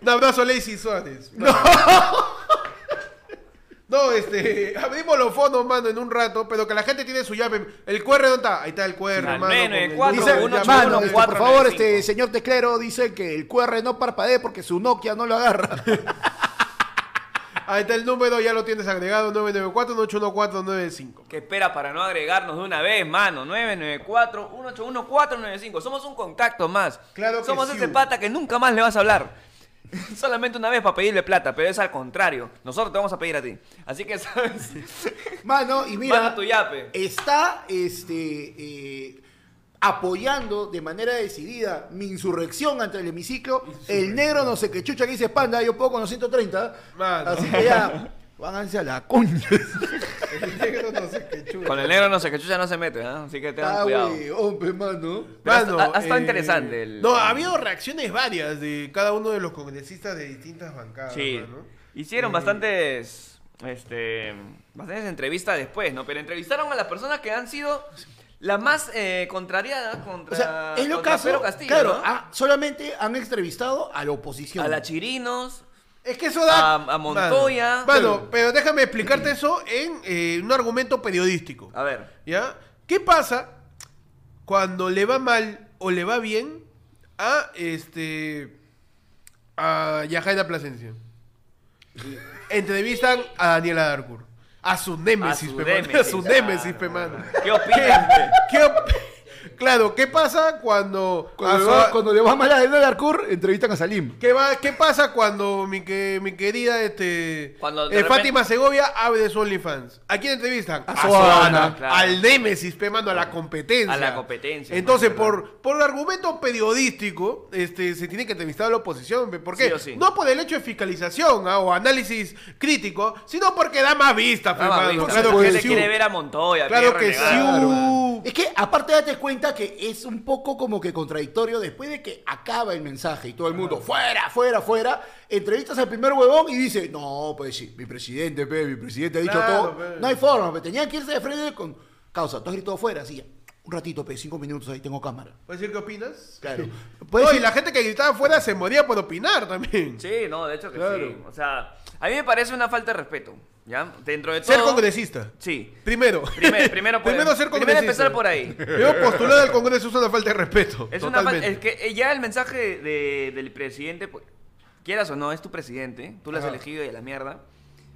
B: Un abrazo a Lacey Suárez. No. (laughs) No, este, abrimos los fondos, mano, en un rato, pero que la gente tiene su llave. ¿El QR dónde está? Ahí está el QR,
A: Al
B: mano.
A: menos,
B: con el-
A: cuatro,
C: (laughs) Dice,
A: uno, ocho,
C: mano,
A: uno,
C: este,
A: cuatro,
C: por favor,
A: nueve,
C: este
A: cinco.
C: señor Teclero dice que el QR no parpadee porque su Nokia no lo agarra.
B: Ahí está el número, ya lo tienes agregado, 994-914-95.
A: ¿Qué espera para no agregarnos de una vez, mano? 994-181-495. Somos un contacto más.
B: Claro que
A: Somos
B: sí.
A: ese pata que nunca más le vas a hablar. (laughs) Solamente una vez para pedirle plata, pero es al contrario. Nosotros te vamos a pedir a ti. Así que, (laughs) ¿sabes?
C: Mano, y
A: Mano
C: mira,
A: tu yape.
C: está este, eh, apoyando de manera decidida mi insurrección ante el hemiciclo. El negro no sé qué chucha que dice panda, yo puedo con los 130.
B: Mano.
C: Así que ya, (laughs) váganse a la concha.
B: El negro no sé qué chulo. (laughs)
A: Con el negro no se cachucha, no se mete, ¿ah? Así que tengan
C: Ah,
A: cuidado.
C: güey, hombre, mano.
A: Pero ha- ha- ha estado interesante el-
B: eh, No, ha habido reacciones varias de cada uno de los congresistas de distintas
C: ah,
B: bancadas.
A: Sí.
B: mano.
A: Hicieron
B: Eh,
C: Mm.
A: bastantes. Este. Bastantes entrevistas después, ¿no? Pero entrevistaron a las personas que han sido las más eh, contrariadas contra.
C: O sea, es lo
A: contra
C: caso.
A: Pedro Castillo,
C: claro,
A: ¿no?
C: ah, solamente han entrevistado a la oposición.
A: A la Chirinos.
B: Es que eso da.
A: A- a Montoya.
B: Mano, mano, pero déjame explicarte eso en eh, un argumento periodístico.
A: A ver.
B: ¿Ya? ¿Qué pasa cuando le va mal o le va bien a este. a
A: (laughs)
B: Yajaira Plasencia? Entrevistan a Daniela Darkur. A su némesis,
A: su
B: pe, mano. A
A: némesis,
B: su
A: claro,
B: némesis, pe, mano.
A: ¿Qué opinan?
B: (laughs) ¿Qué op- claro, ¿qué pasa cuando. a
C: Cuando,
B: su-
C: le va, cuando le va mal a Daniel Alarcur, entrevistan a Salim.
B: ¿Qué, va- qué pasa cuando mi, que, mi querida este,
A: Cuando de
B: eh,
A: repente-
B: Fátima Segovia abre de su OnlyFans? ¿A quién entrevistan?
C: A Soana,
A: claro.
B: Al Némesis, pe, mano, a la competencia.
A: A la competencia,
B: Entonces,
A: mano,
B: por, por argumento periodístico, este, se tiene que entrevistar a la oposición. pe, ¿Por qué?
A: Sí o sí.
B: No por el hecho de fiscalización ah, o análisis crítico, sino porque da más vista, pe,
A: Nada más
B: mano.
A: visto.
B: Claro
A: La
B: que
A: gente
B: sí.
A: quiere ver a Montoya.
B: Claro
A: quiere
B: que
A: renegar.
B: sí.
C: Es que aparte date cuenta que es un poco como que contradictorio después de que acaba el mensaje y todo el mundo fuera, fuera, fuera, entrevistas al primer huevón y dice, no, pues sí, mi presidente, pe, mi presidente ha dicho
B: Claro,
C: todo.
B: pe.
C: No hay forma, pe, tenían que irse de frente con causa, tú has gritado fuera, así, ya. un ratito, pe, cinco minutos, ahí tengo cámara.
B: ¿Puedes decir qué opinas?
C: Claro. Puedes
B: No, y
C: ir-
B: la gente que gritaba afuera se moría por opinar también.
A: Sí, no, de hecho que
B: Claro.
A: sí. O sea, a mí me parece una falta de respeto. ¿Ya? Dentro de todo.
B: Ser congresista.
A: Sí.
B: Primero. (laughs)
A: Primer- primero por-
B: primero ser
A: primero
B: congresista.
A: empezar por ahí.
B: Yo postular al Congreso es una falta de respeto.
A: Es una
B: totalmente.
A: fal- es que eh, ya el mensaje de- del presidente, pues, quieras o no, es tu presidente, tú lo has
B: Ajá.
A: elegido y a la mierda.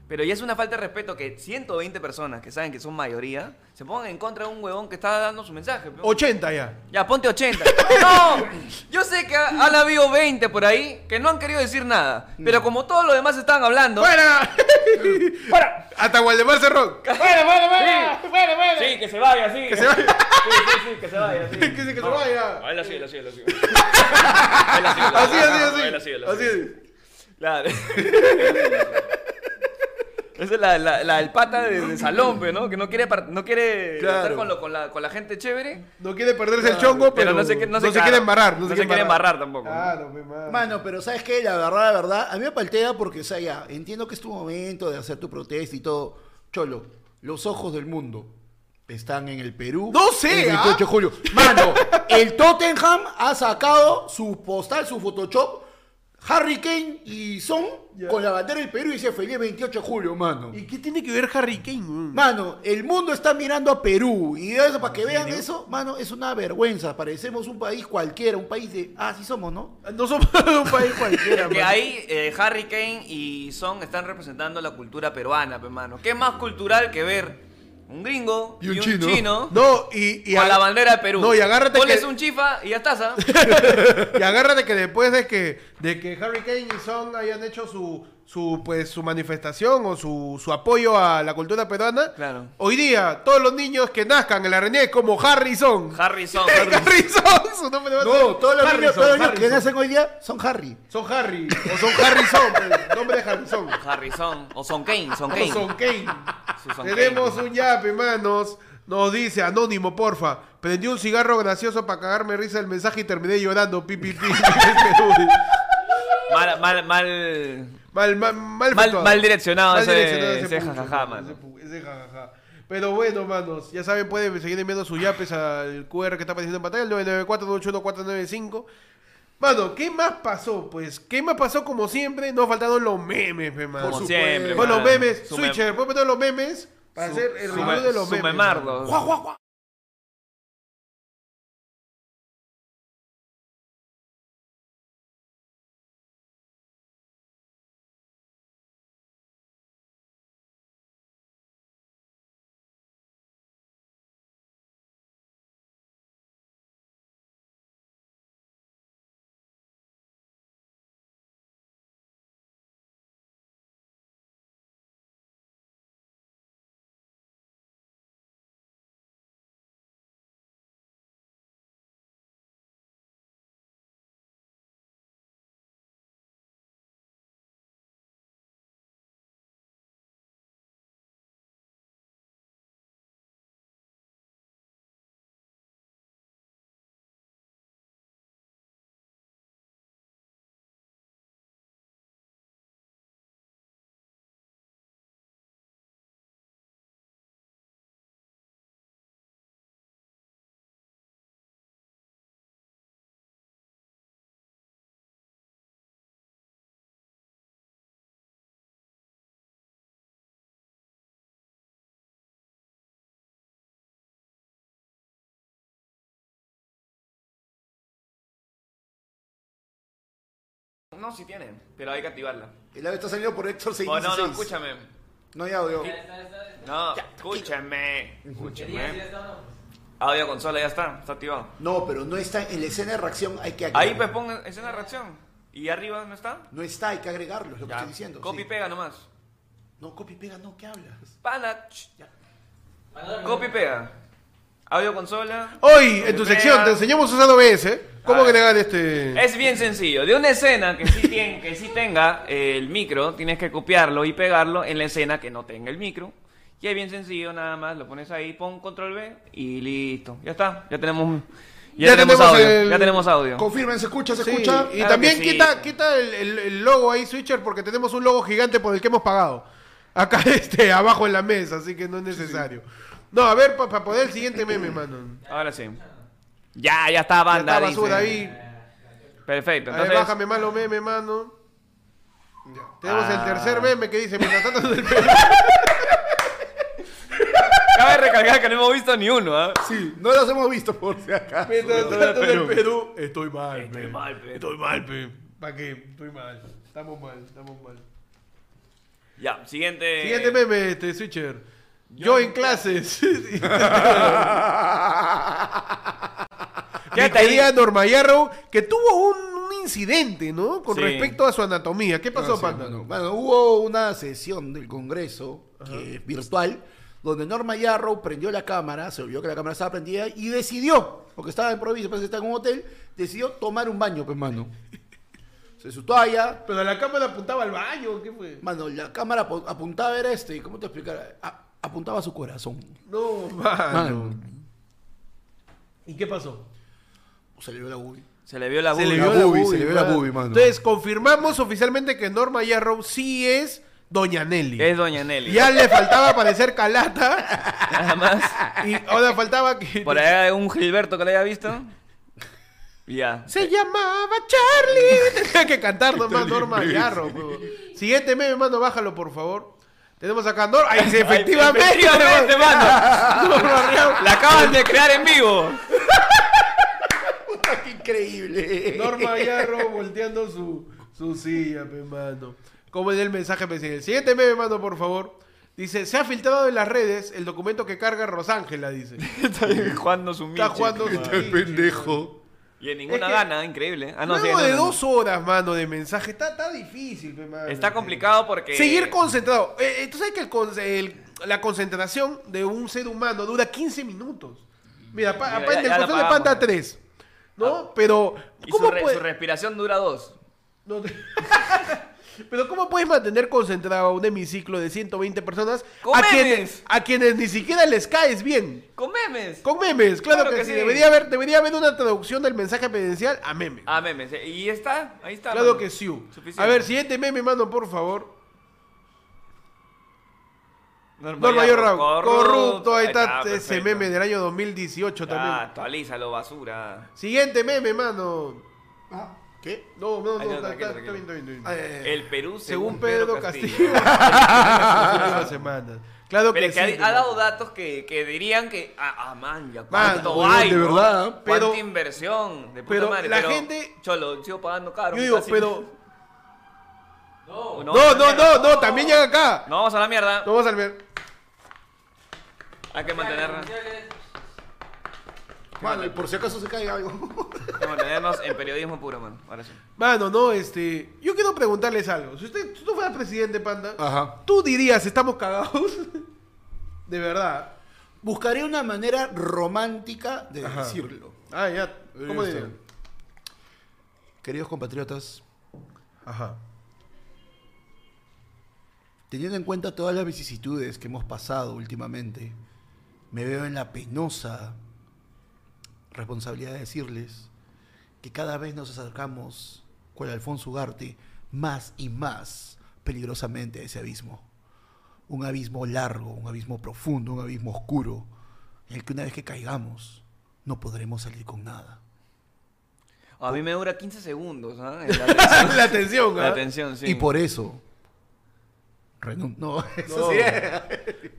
A: Pero ya es una falta de respeto que 120 personas que saben que son mayoría se pongan en contra de un huevón que está dando su mensaje. pues. pe.
B: 80 ya.
A: Ya, ponte 80. (laughs) ¡No! Yo sé que ha- han habido 20 por ahí que no han querido decir nada. Pero como todos los demás estaban hablando.
B: (laughs) ¡Fuera!
A: ¡Fuera!
B: Hasta Waldemar Cerrón.
A: ¡Fuera, fuera, fuera! ¡Fuera, fuera! Sí, que se vaya, sí. Que se vaya. Sí, sí, sí, que se vaya. (laughs) Sí.
B: que se, que se vaya.
A: Él así, él así, él así.
B: Así, así,
A: Él
B: así.
A: así, él
B: Así es.
A: Claro. (laughs) Esa es la, la, la- el pata de, de salón, pe, ¿no? Que no quiere, par- no quiere
B: Claro.
A: estar con, lo- con, la, con la gente chévere,
B: No quiere perderse el chongo,
A: pero,
B: pero,
A: no se, que- no se,
B: quiere embarrar. No,
A: se, quiere embarrar tampoco. ¿no?
B: Claro, mi madre.
C: Mano, pero ¿sabes qué? La verdad, la verdad, a mí me paltea porque, o sea, ya, entiendo que es tu momento de hacer tu protesta y todo. Cholo, los ojos del mundo están en el Perú.
B: No sé,
C: El 28 de
B: ¿ah?
C: julio. Mano, el Tottenham ha sacado su postal, su Photoshop, Harry Kane y Son con la bandera del Perú y dice feliz 28 de julio, mano.
B: ¿Y qué tiene que ver Harry Kane? weón?
C: Mano, el mundo está mirando a Perú. Y eso, para que vean eso, mano, es una vergüenza. Parecemos un país cualquiera, un país de. Ah, sí somos, ¿no?
B: No somos (laughs) un país cualquiera,
A: Que
B: mano.
A: ahí eh, Harry Kane y Son están representando la cultura peruana, hermano. ¿Qué más cultural que ver un gringo y un, chino, (laughs)
B: No, y, y
A: con
B: a-
A: la bandera de Perú?
B: No, y agárrate
A: Ponles
B: que-
A: un chifa y ya estás,
B: (laughs)
A: ¿ah?
B: Y agárrate que después de que, de que Harry Kane y Son hayan hecho su, su, pues, su manifestación o su, su apoyo a la cultura peruana,
A: Claro.
B: hoy día todos los niños que nazcan en la René como Harry Son.
A: Harry Son.
B: (laughs) Harry Son, su nombre va a ser-
C: No, todos los
B: Harry
C: niños,
B: Son,
C: todos los niños
B: Harry
C: que
B: Son.
C: nacen hoy día son Harry.
B: Son Harry, o son Harry Son, pero nombre de Harry Son.
A: Harry Son. O Son Kane, Son Kane.
B: O son Kane.
A: Su Son
B: Tenemos
A: Kane.
B: un yape, manos. Nos dice, anónimo, porfa. Prendí un cigarro gracioso para cagarme risa el mensaje y terminé llorando. Pi, pi, (laughs) pi.
A: Mal, mal, mal.
B: Mal, mal, mal,
A: Mal-
B: efectuado.
A: mal direccionado ese- ese
B: punto,
A: jajajá,
B: mano,
A: mano.
B: ese pu- ese jajajá. Pero bueno, manos, ya saben, pueden seguir enviando sus yapes al QR que está apareciendo en pantalla, el 994-981-495. Mano, ¿qué más pasó? Pues, ¿qué más pasó? Como siempre, nos faltaron los memes, pe, mano.
A: Como
C: supuesto.
A: siempre.
B: Con los
A: mano.
B: memes,
A: Su mem-
B: Switcher, puedes meter los memes para hacer el
A: su
B: review
A: me-
B: de los
A: su
B: memes.
A: memardo.
B: mano.
C: Guau, guau, guau.
A: No, sí tiene, pero hay que activarla.
C: El audio está saliendo por Héctor
A: Oh, no, no,
C: 616.
A: escúchame. Eh,
C: No hay audio.
E: Ya está, ya está, ya está.
A: No, escúchame.
E: Que digas, ya
A: Escúchame.
E: está o no.
A: Audio consola, ya está, está activado.
C: No, pero no está en la escena de reacción, hay que agregarlo.
A: Ahí pues pongan escena de reacción. ¿Y arriba no está?
C: No está, hay que agregarlo, es lo que
A: Ya.
C: estoy diciendo.
A: Copy
C: sí.
A: pega nomás.
C: No, copy pega, no, ¿qué hablas?
A: Pana. ch-
E: Manolo,
A: Copy pega. Audio consola.
B: Hoy, en
A: Copy
B: tu
A: pega.
B: sección, te enseñamos usando OBS. ¿eh? ¿Cómo
A: Ah.
B: agregar este...?
A: Es bien sencillo. De una escena que sí, tien- que sí tenga eh, el micro, tienes que copiarlo y pegarlo en la escena que no tenga el micro. Y es bien sencillo, nada más. Lo pones ahí, pon control B y listo. Ya está. Ya tenemos. Ya,
B: Ya
A: tenemos,
B: tenemos
A: audio.
B: el-
A: Ya tenemos audio.
C: Confirmen, se escucha, se
B: Sí,
C: escucha.
B: y
A: Claro
B: también
A: que sí.
B: quita, quita el, el- el logo ahí, Switcher, porque tenemos un logo gigante por el que hemos pagado. Acá, (laughs) este, abajo en la mesa, así que no es necesario. No, a ver, para poner el siguiente meme, mano.
A: Ahora sí. Ya, ya está
B: Ya
A: banda.
B: está basura
A: dice.
B: ahí.
A: Perfecto.
B: A ver,
A: Entonces,
B: bájame más los memes, mano. Ya. Tenemos
A: Ah.
B: el tercer meme que dice, mientras tanto del Perú.
A: cabe recalcar que no hemos visto ni uno. ¿ah?
C: Sí, no las hemos visto por si acaso.
B: Mientras tanto del Perú, estoy mal,
A: Estoy
B: pe.
A: mal, pe.
B: Estoy mal, pe. ¿Para qué? Estoy mal. Estamos mal, estamos mal.
A: Ya, siguiente.
B: Siguiente meme, este, Switcher. Yo,
A: (laughs)
B: en clases. (laughs)
A: Quédate
B: Mi
A: ahí.
B: querida Norma Yarrow, que tuvo un, un incidente, ¿no? Con
A: Sí.
B: respecto a su anatomía. ¿Qué pasó, Panda?
C: Bueno, hubo una sesión del Congreso que es virtual donde Norma Yarrow prendió la cámara, se olvidó que la cámara estaba prendida y decidió, porque estaba en provincia, parece que está en un hotel, decidió tomar un baño, pues, mano. Se su toalla,
B: Pero la cámara apuntaba al baño, ¿qué fue?
C: mano, la cámara apu- apuntaba era este, ¿cómo te explicar? A- apuntaba a su corazón.
B: Ah, No, mano.
C: Mano,
B: ¿Y qué pasó?
C: se le vio la bubi.
A: Se le vio la
B: Se le
A: bulla.
B: vio
C: La
B: la
C: boobie,
B: boobie,
C: se le vio la
B: mano.
C: boobie, mano.
B: Entonces, confirmamos oficialmente que Norma Yarrow sí es Doña Nelly.
A: Es Doña Nelly.
B: Ya le faltaba parecer calata
A: Nada más.
B: y ahora faltaba que...
A: Por ahí hay un Gilberto que lo haya visto. Ya.
B: Se llamaba Charlie. Tenía que cantar nomás Norma Yarro. huevo. Siguiente meme, mano, bájalo, por favor. Tenemos acá a Norma. Ay, sí, efectivamente.
A: Efectivamente,
B: huevón. (laughs)
A: mano. La acaban de crear en vivo.
C: ¡Ah, ¡Qué increíble! (laughs)
A: (laughs)
B: Norma Yarro volteando su, su silla, pe, mano. Como en el mensaje presidente. Siguiente meme, mano, por favor. Dice, se ha filtrado en las redes el documento que carga Rosángela,
A: (laughs)
B: dice.
A: Está ahí jugando su
B: Está
A: miche.
B: jugando su pinche,
C: pendejo.
A: Y en ninguna
B: Es que-
A: gana, increíble. Ah, no, sí,
B: Luego
A: no,
B: de
A: no.
B: dos horas, mano, de mensaje. Está, está difícil, pe, mano.
A: Está
B: Sí.
A: complicado porque.
B: Seguir concentrado. Eh, eh, tú sabes que el con- el- la concentración de un ser humano dura 15 minutos. Mira, pa-
A: Mira,
B: pa-
A: ya-
B: en el
A: ya la
B: control de
A: apagamos,
B: Panda
A: ya.
B: 3. ¿No? Pero,
A: Y su,
B: ¿cómo
A: re-
B: puede-
A: su respiración dura dos.
B: no te- (laughs) Pero ¿cómo puedes mantener concentrado a un hemiciclo de 120 personas
A: ¡Con
B: a
A: memes!
B: quienes, a quienes ni siquiera les caes bien?
A: Con memes.
B: Con memes, claro,
A: Claro
B: que,
A: que
B: sí.
A: sí.
B: Debería, haber, debería haber una traducción del mensaje presidencial a memes.
A: Ah, memes. eh, Y está, ahí está.
B: Claro
A: mano.
B: que sí.
A: Suficiente.
B: A ver, siguiente meme, mano, por favor.
A: Norma
B: Norma
A: Mayor
B: Yorra, corrupto, ahí está, ese
A: perfecto.
B: meme del año 2018
A: Ah,
B: también.
A: actualízalo, basura.
B: Siguiente meme, mano.
C: Ah, ¿Qué?
B: No, no, no,
A: Ay, no,
B: está,
A: tranquilo,
B: está-
A: tranquilo.
B: está bien, está bien, está bien.
C: Eh,
A: El Perú según,
B: Según Pedro (laughs) Castillo. Esa semana. Claro
A: Pero
B: que
A: es
B: sí.
A: que ha, ha
B: pero-
A: dado datos que, que dirían que. Ah, ah, man, ya cuánto
B: Mano,
A: hay.
C: de
A: ¿no?
C: verdad,
A: Cuánta
B: pero-
A: inversión. De puta
B: pero
A: madre,
B: la
A: pero,
B: gente-
A: Cholo, sigo pagando caro.
B: Yo digo,
A: casi.
B: pero.
E: No,
A: (laughs) No,
B: No, no, no, no, también llega acá.
A: No vamos a la mierda.
B: No vamos a ver.
A: Hay que mantenernos,
C: Mano, y por si acaso se caiga algo. (laughs)
A: hay que mantenernos en periodismo puro, man. Ahora sí.
B: Mano, no, este. Yo quiero preguntarles algo. Si usted, si tú fueras presidente, panda,
C: Ajá.
B: tú dirías, estamos cagados. (laughs) de verdad.
C: Buscaré una manera romántica de
B: Ajá.
C: decirlo.
B: Ah, ya. ¿Cómo
C: Listo.
B: dirían?
C: Queridos compatriotas,
B: Ajá. (laughs)
C: teniendo en cuenta todas las vicisitudes que hemos pasado últimamente, me veo en la penosa responsabilidad de decirles que cada vez nos acercamos con Alfonso Ugarte más y más peligrosamente a ese abismo. Un abismo largo, un abismo profundo, un abismo oscuro, en el que una vez que caigamos, no podremos salir con nada.
A: A mí me dura 15 segundos, ¿ah? En La atención,
B: la atención,
A: la
B: ¿ah?
A: atención, sí.
C: Y por eso. renun- No, (laughs) eso
B: No.
C: sí.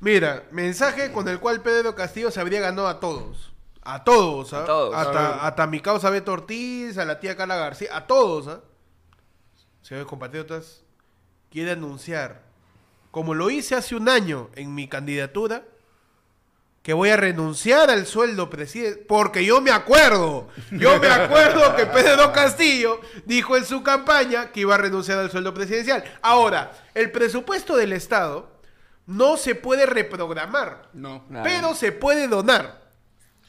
B: Mira, mensaje con el cual Pedro Castillo se habría ganado a todos. A todos, ¿ah?
A: A todos.
B: Hasta, hasta mi causa Beto Ortiz, a la tía Carla García, a todos, ¿ah? señores compatriotas, quiero anunciar, como lo hice hace un año en mi candidatura, que voy a renunciar al sueldo presidente, porque yo me acuerdo, yo me acuerdo que Pedro Castillo dijo en su campaña que iba a renunciar al sueldo presidencial. Ahora, el presupuesto del Estado no se puede reprogramar,
C: No.
A: Claro.
B: pero se puede donar.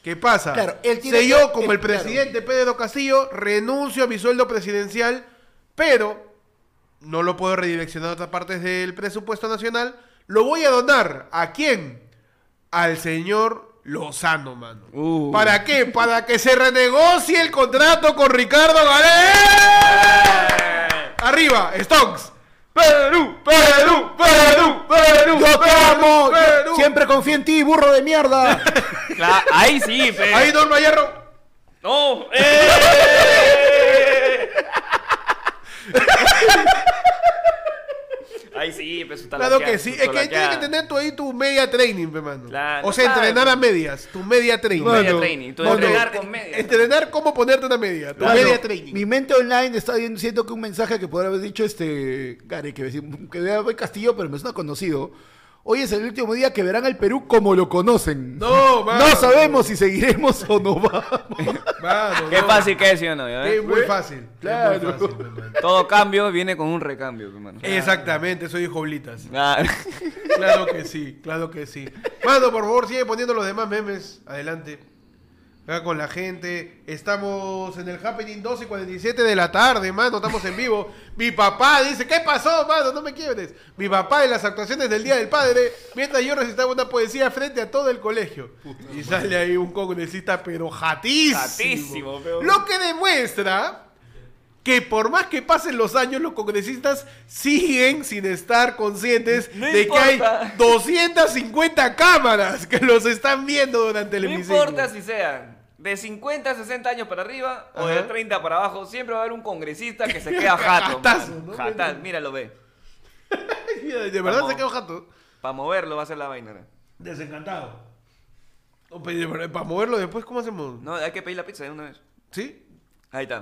B: ¿Qué pasa?
C: Claro, él tiene
B: Se
C: que-
B: yo, como
C: él-
B: el presidente Pedro Castillo, renuncio a mi sueldo presidencial, pero no lo puedo redireccionar a otras partes del presupuesto nacional. Lo voy a donar. ¿A quién? Al señor Lozano, mano.
A: Uh.
B: ¿Para qué? Para que se renegocie el contrato con Ricardo Galés. Arriba, Stonks. Perú, Perú, Perú, Perú.
C: ¡Yo te amo!
B: Perú.
C: Siempre confío en ti, burro de mierda.
A: Cla- ahí sí, pe.
B: Ahí, Don Mayarro.
A: No, (laughs) ¡eh! Ahí sí, pues su
B: Claro
A: talaquea-
B: que sí,
A: su
B: es que tienes que
A: talaquea.
B: tener tú ahí tu media training, pe, mano.
A: Claro,
B: o sea,
A: claro.
B: entrenar a medias, tu media training.
A: media
B: Mano,
A: training, tú
B: mano,
A: entrenar con media.
B: Entrenar cómo ponerte una media, tu
C: Claro,
B: media training.
C: Mi mente online está diciendo que un mensaje que podría haber dicho este Gary, que, decía- que vea Castillo, pero me suena conocido. Hoy es el último día que verán al Perú como lo conocen.
B: No, mano.
C: No sabemos si seguiremos o no vamos. (laughs)
B: Mano,
A: Qué
B: no.
A: fácil ¿eh? que es, ¿sí o no? ¿Ya ves?
B: Es muy fácil.
C: Claro.
B: Es muy fácil, pe, mano.
A: Todo cambio viene con un recambio, pe,
B: Eh.
A: mano.
B: Exactamente, soy Joblitas.
A: Ah, (laughs)
B: Claro que sí, claro que sí. Mano, por favor, sigue poniendo los demás memes. Adelante. Acá con la gente. Estamos en el Happening 2 y 47 de la tarde, mano. Estamos en vivo. Mi papá dice, ¿qué pasó, mano? No me quiebres. Mi papá en las actuaciones del Día del Padre, mientras yo recitaba una poesía frente a todo el colegio. y sale ahí un congresista, pero jatísimo.
A: Jatísimo, pero-
B: Lo que demuestra que por más que pasen los años, los congresistas siguen sin estar conscientes
A: No
B: de que hay
A: importa.
B: 250 cámaras que los están viendo durante el
A: no
B: hemiciclo.
A: importa si sean de 50 a 60 años para arriba o de
B: Ajá.
A: 30 para abajo, siempre va a haber un congresista que se queda jato.
B: Jatazo,
A: mano.
B: ¿no?
A: Jatazo, mira, lo ve.
B: De verdad
A: Vamos.
B: se quedó jato.
A: Para moverlo va a ser la vaina. ¿no?
B: Desencantado. pues, Para moverlo después, ¿cómo hacemos?
A: No, hay que pedir la pizza de una vez.
B: ¿Sí? (laughs)
A: Ahí está.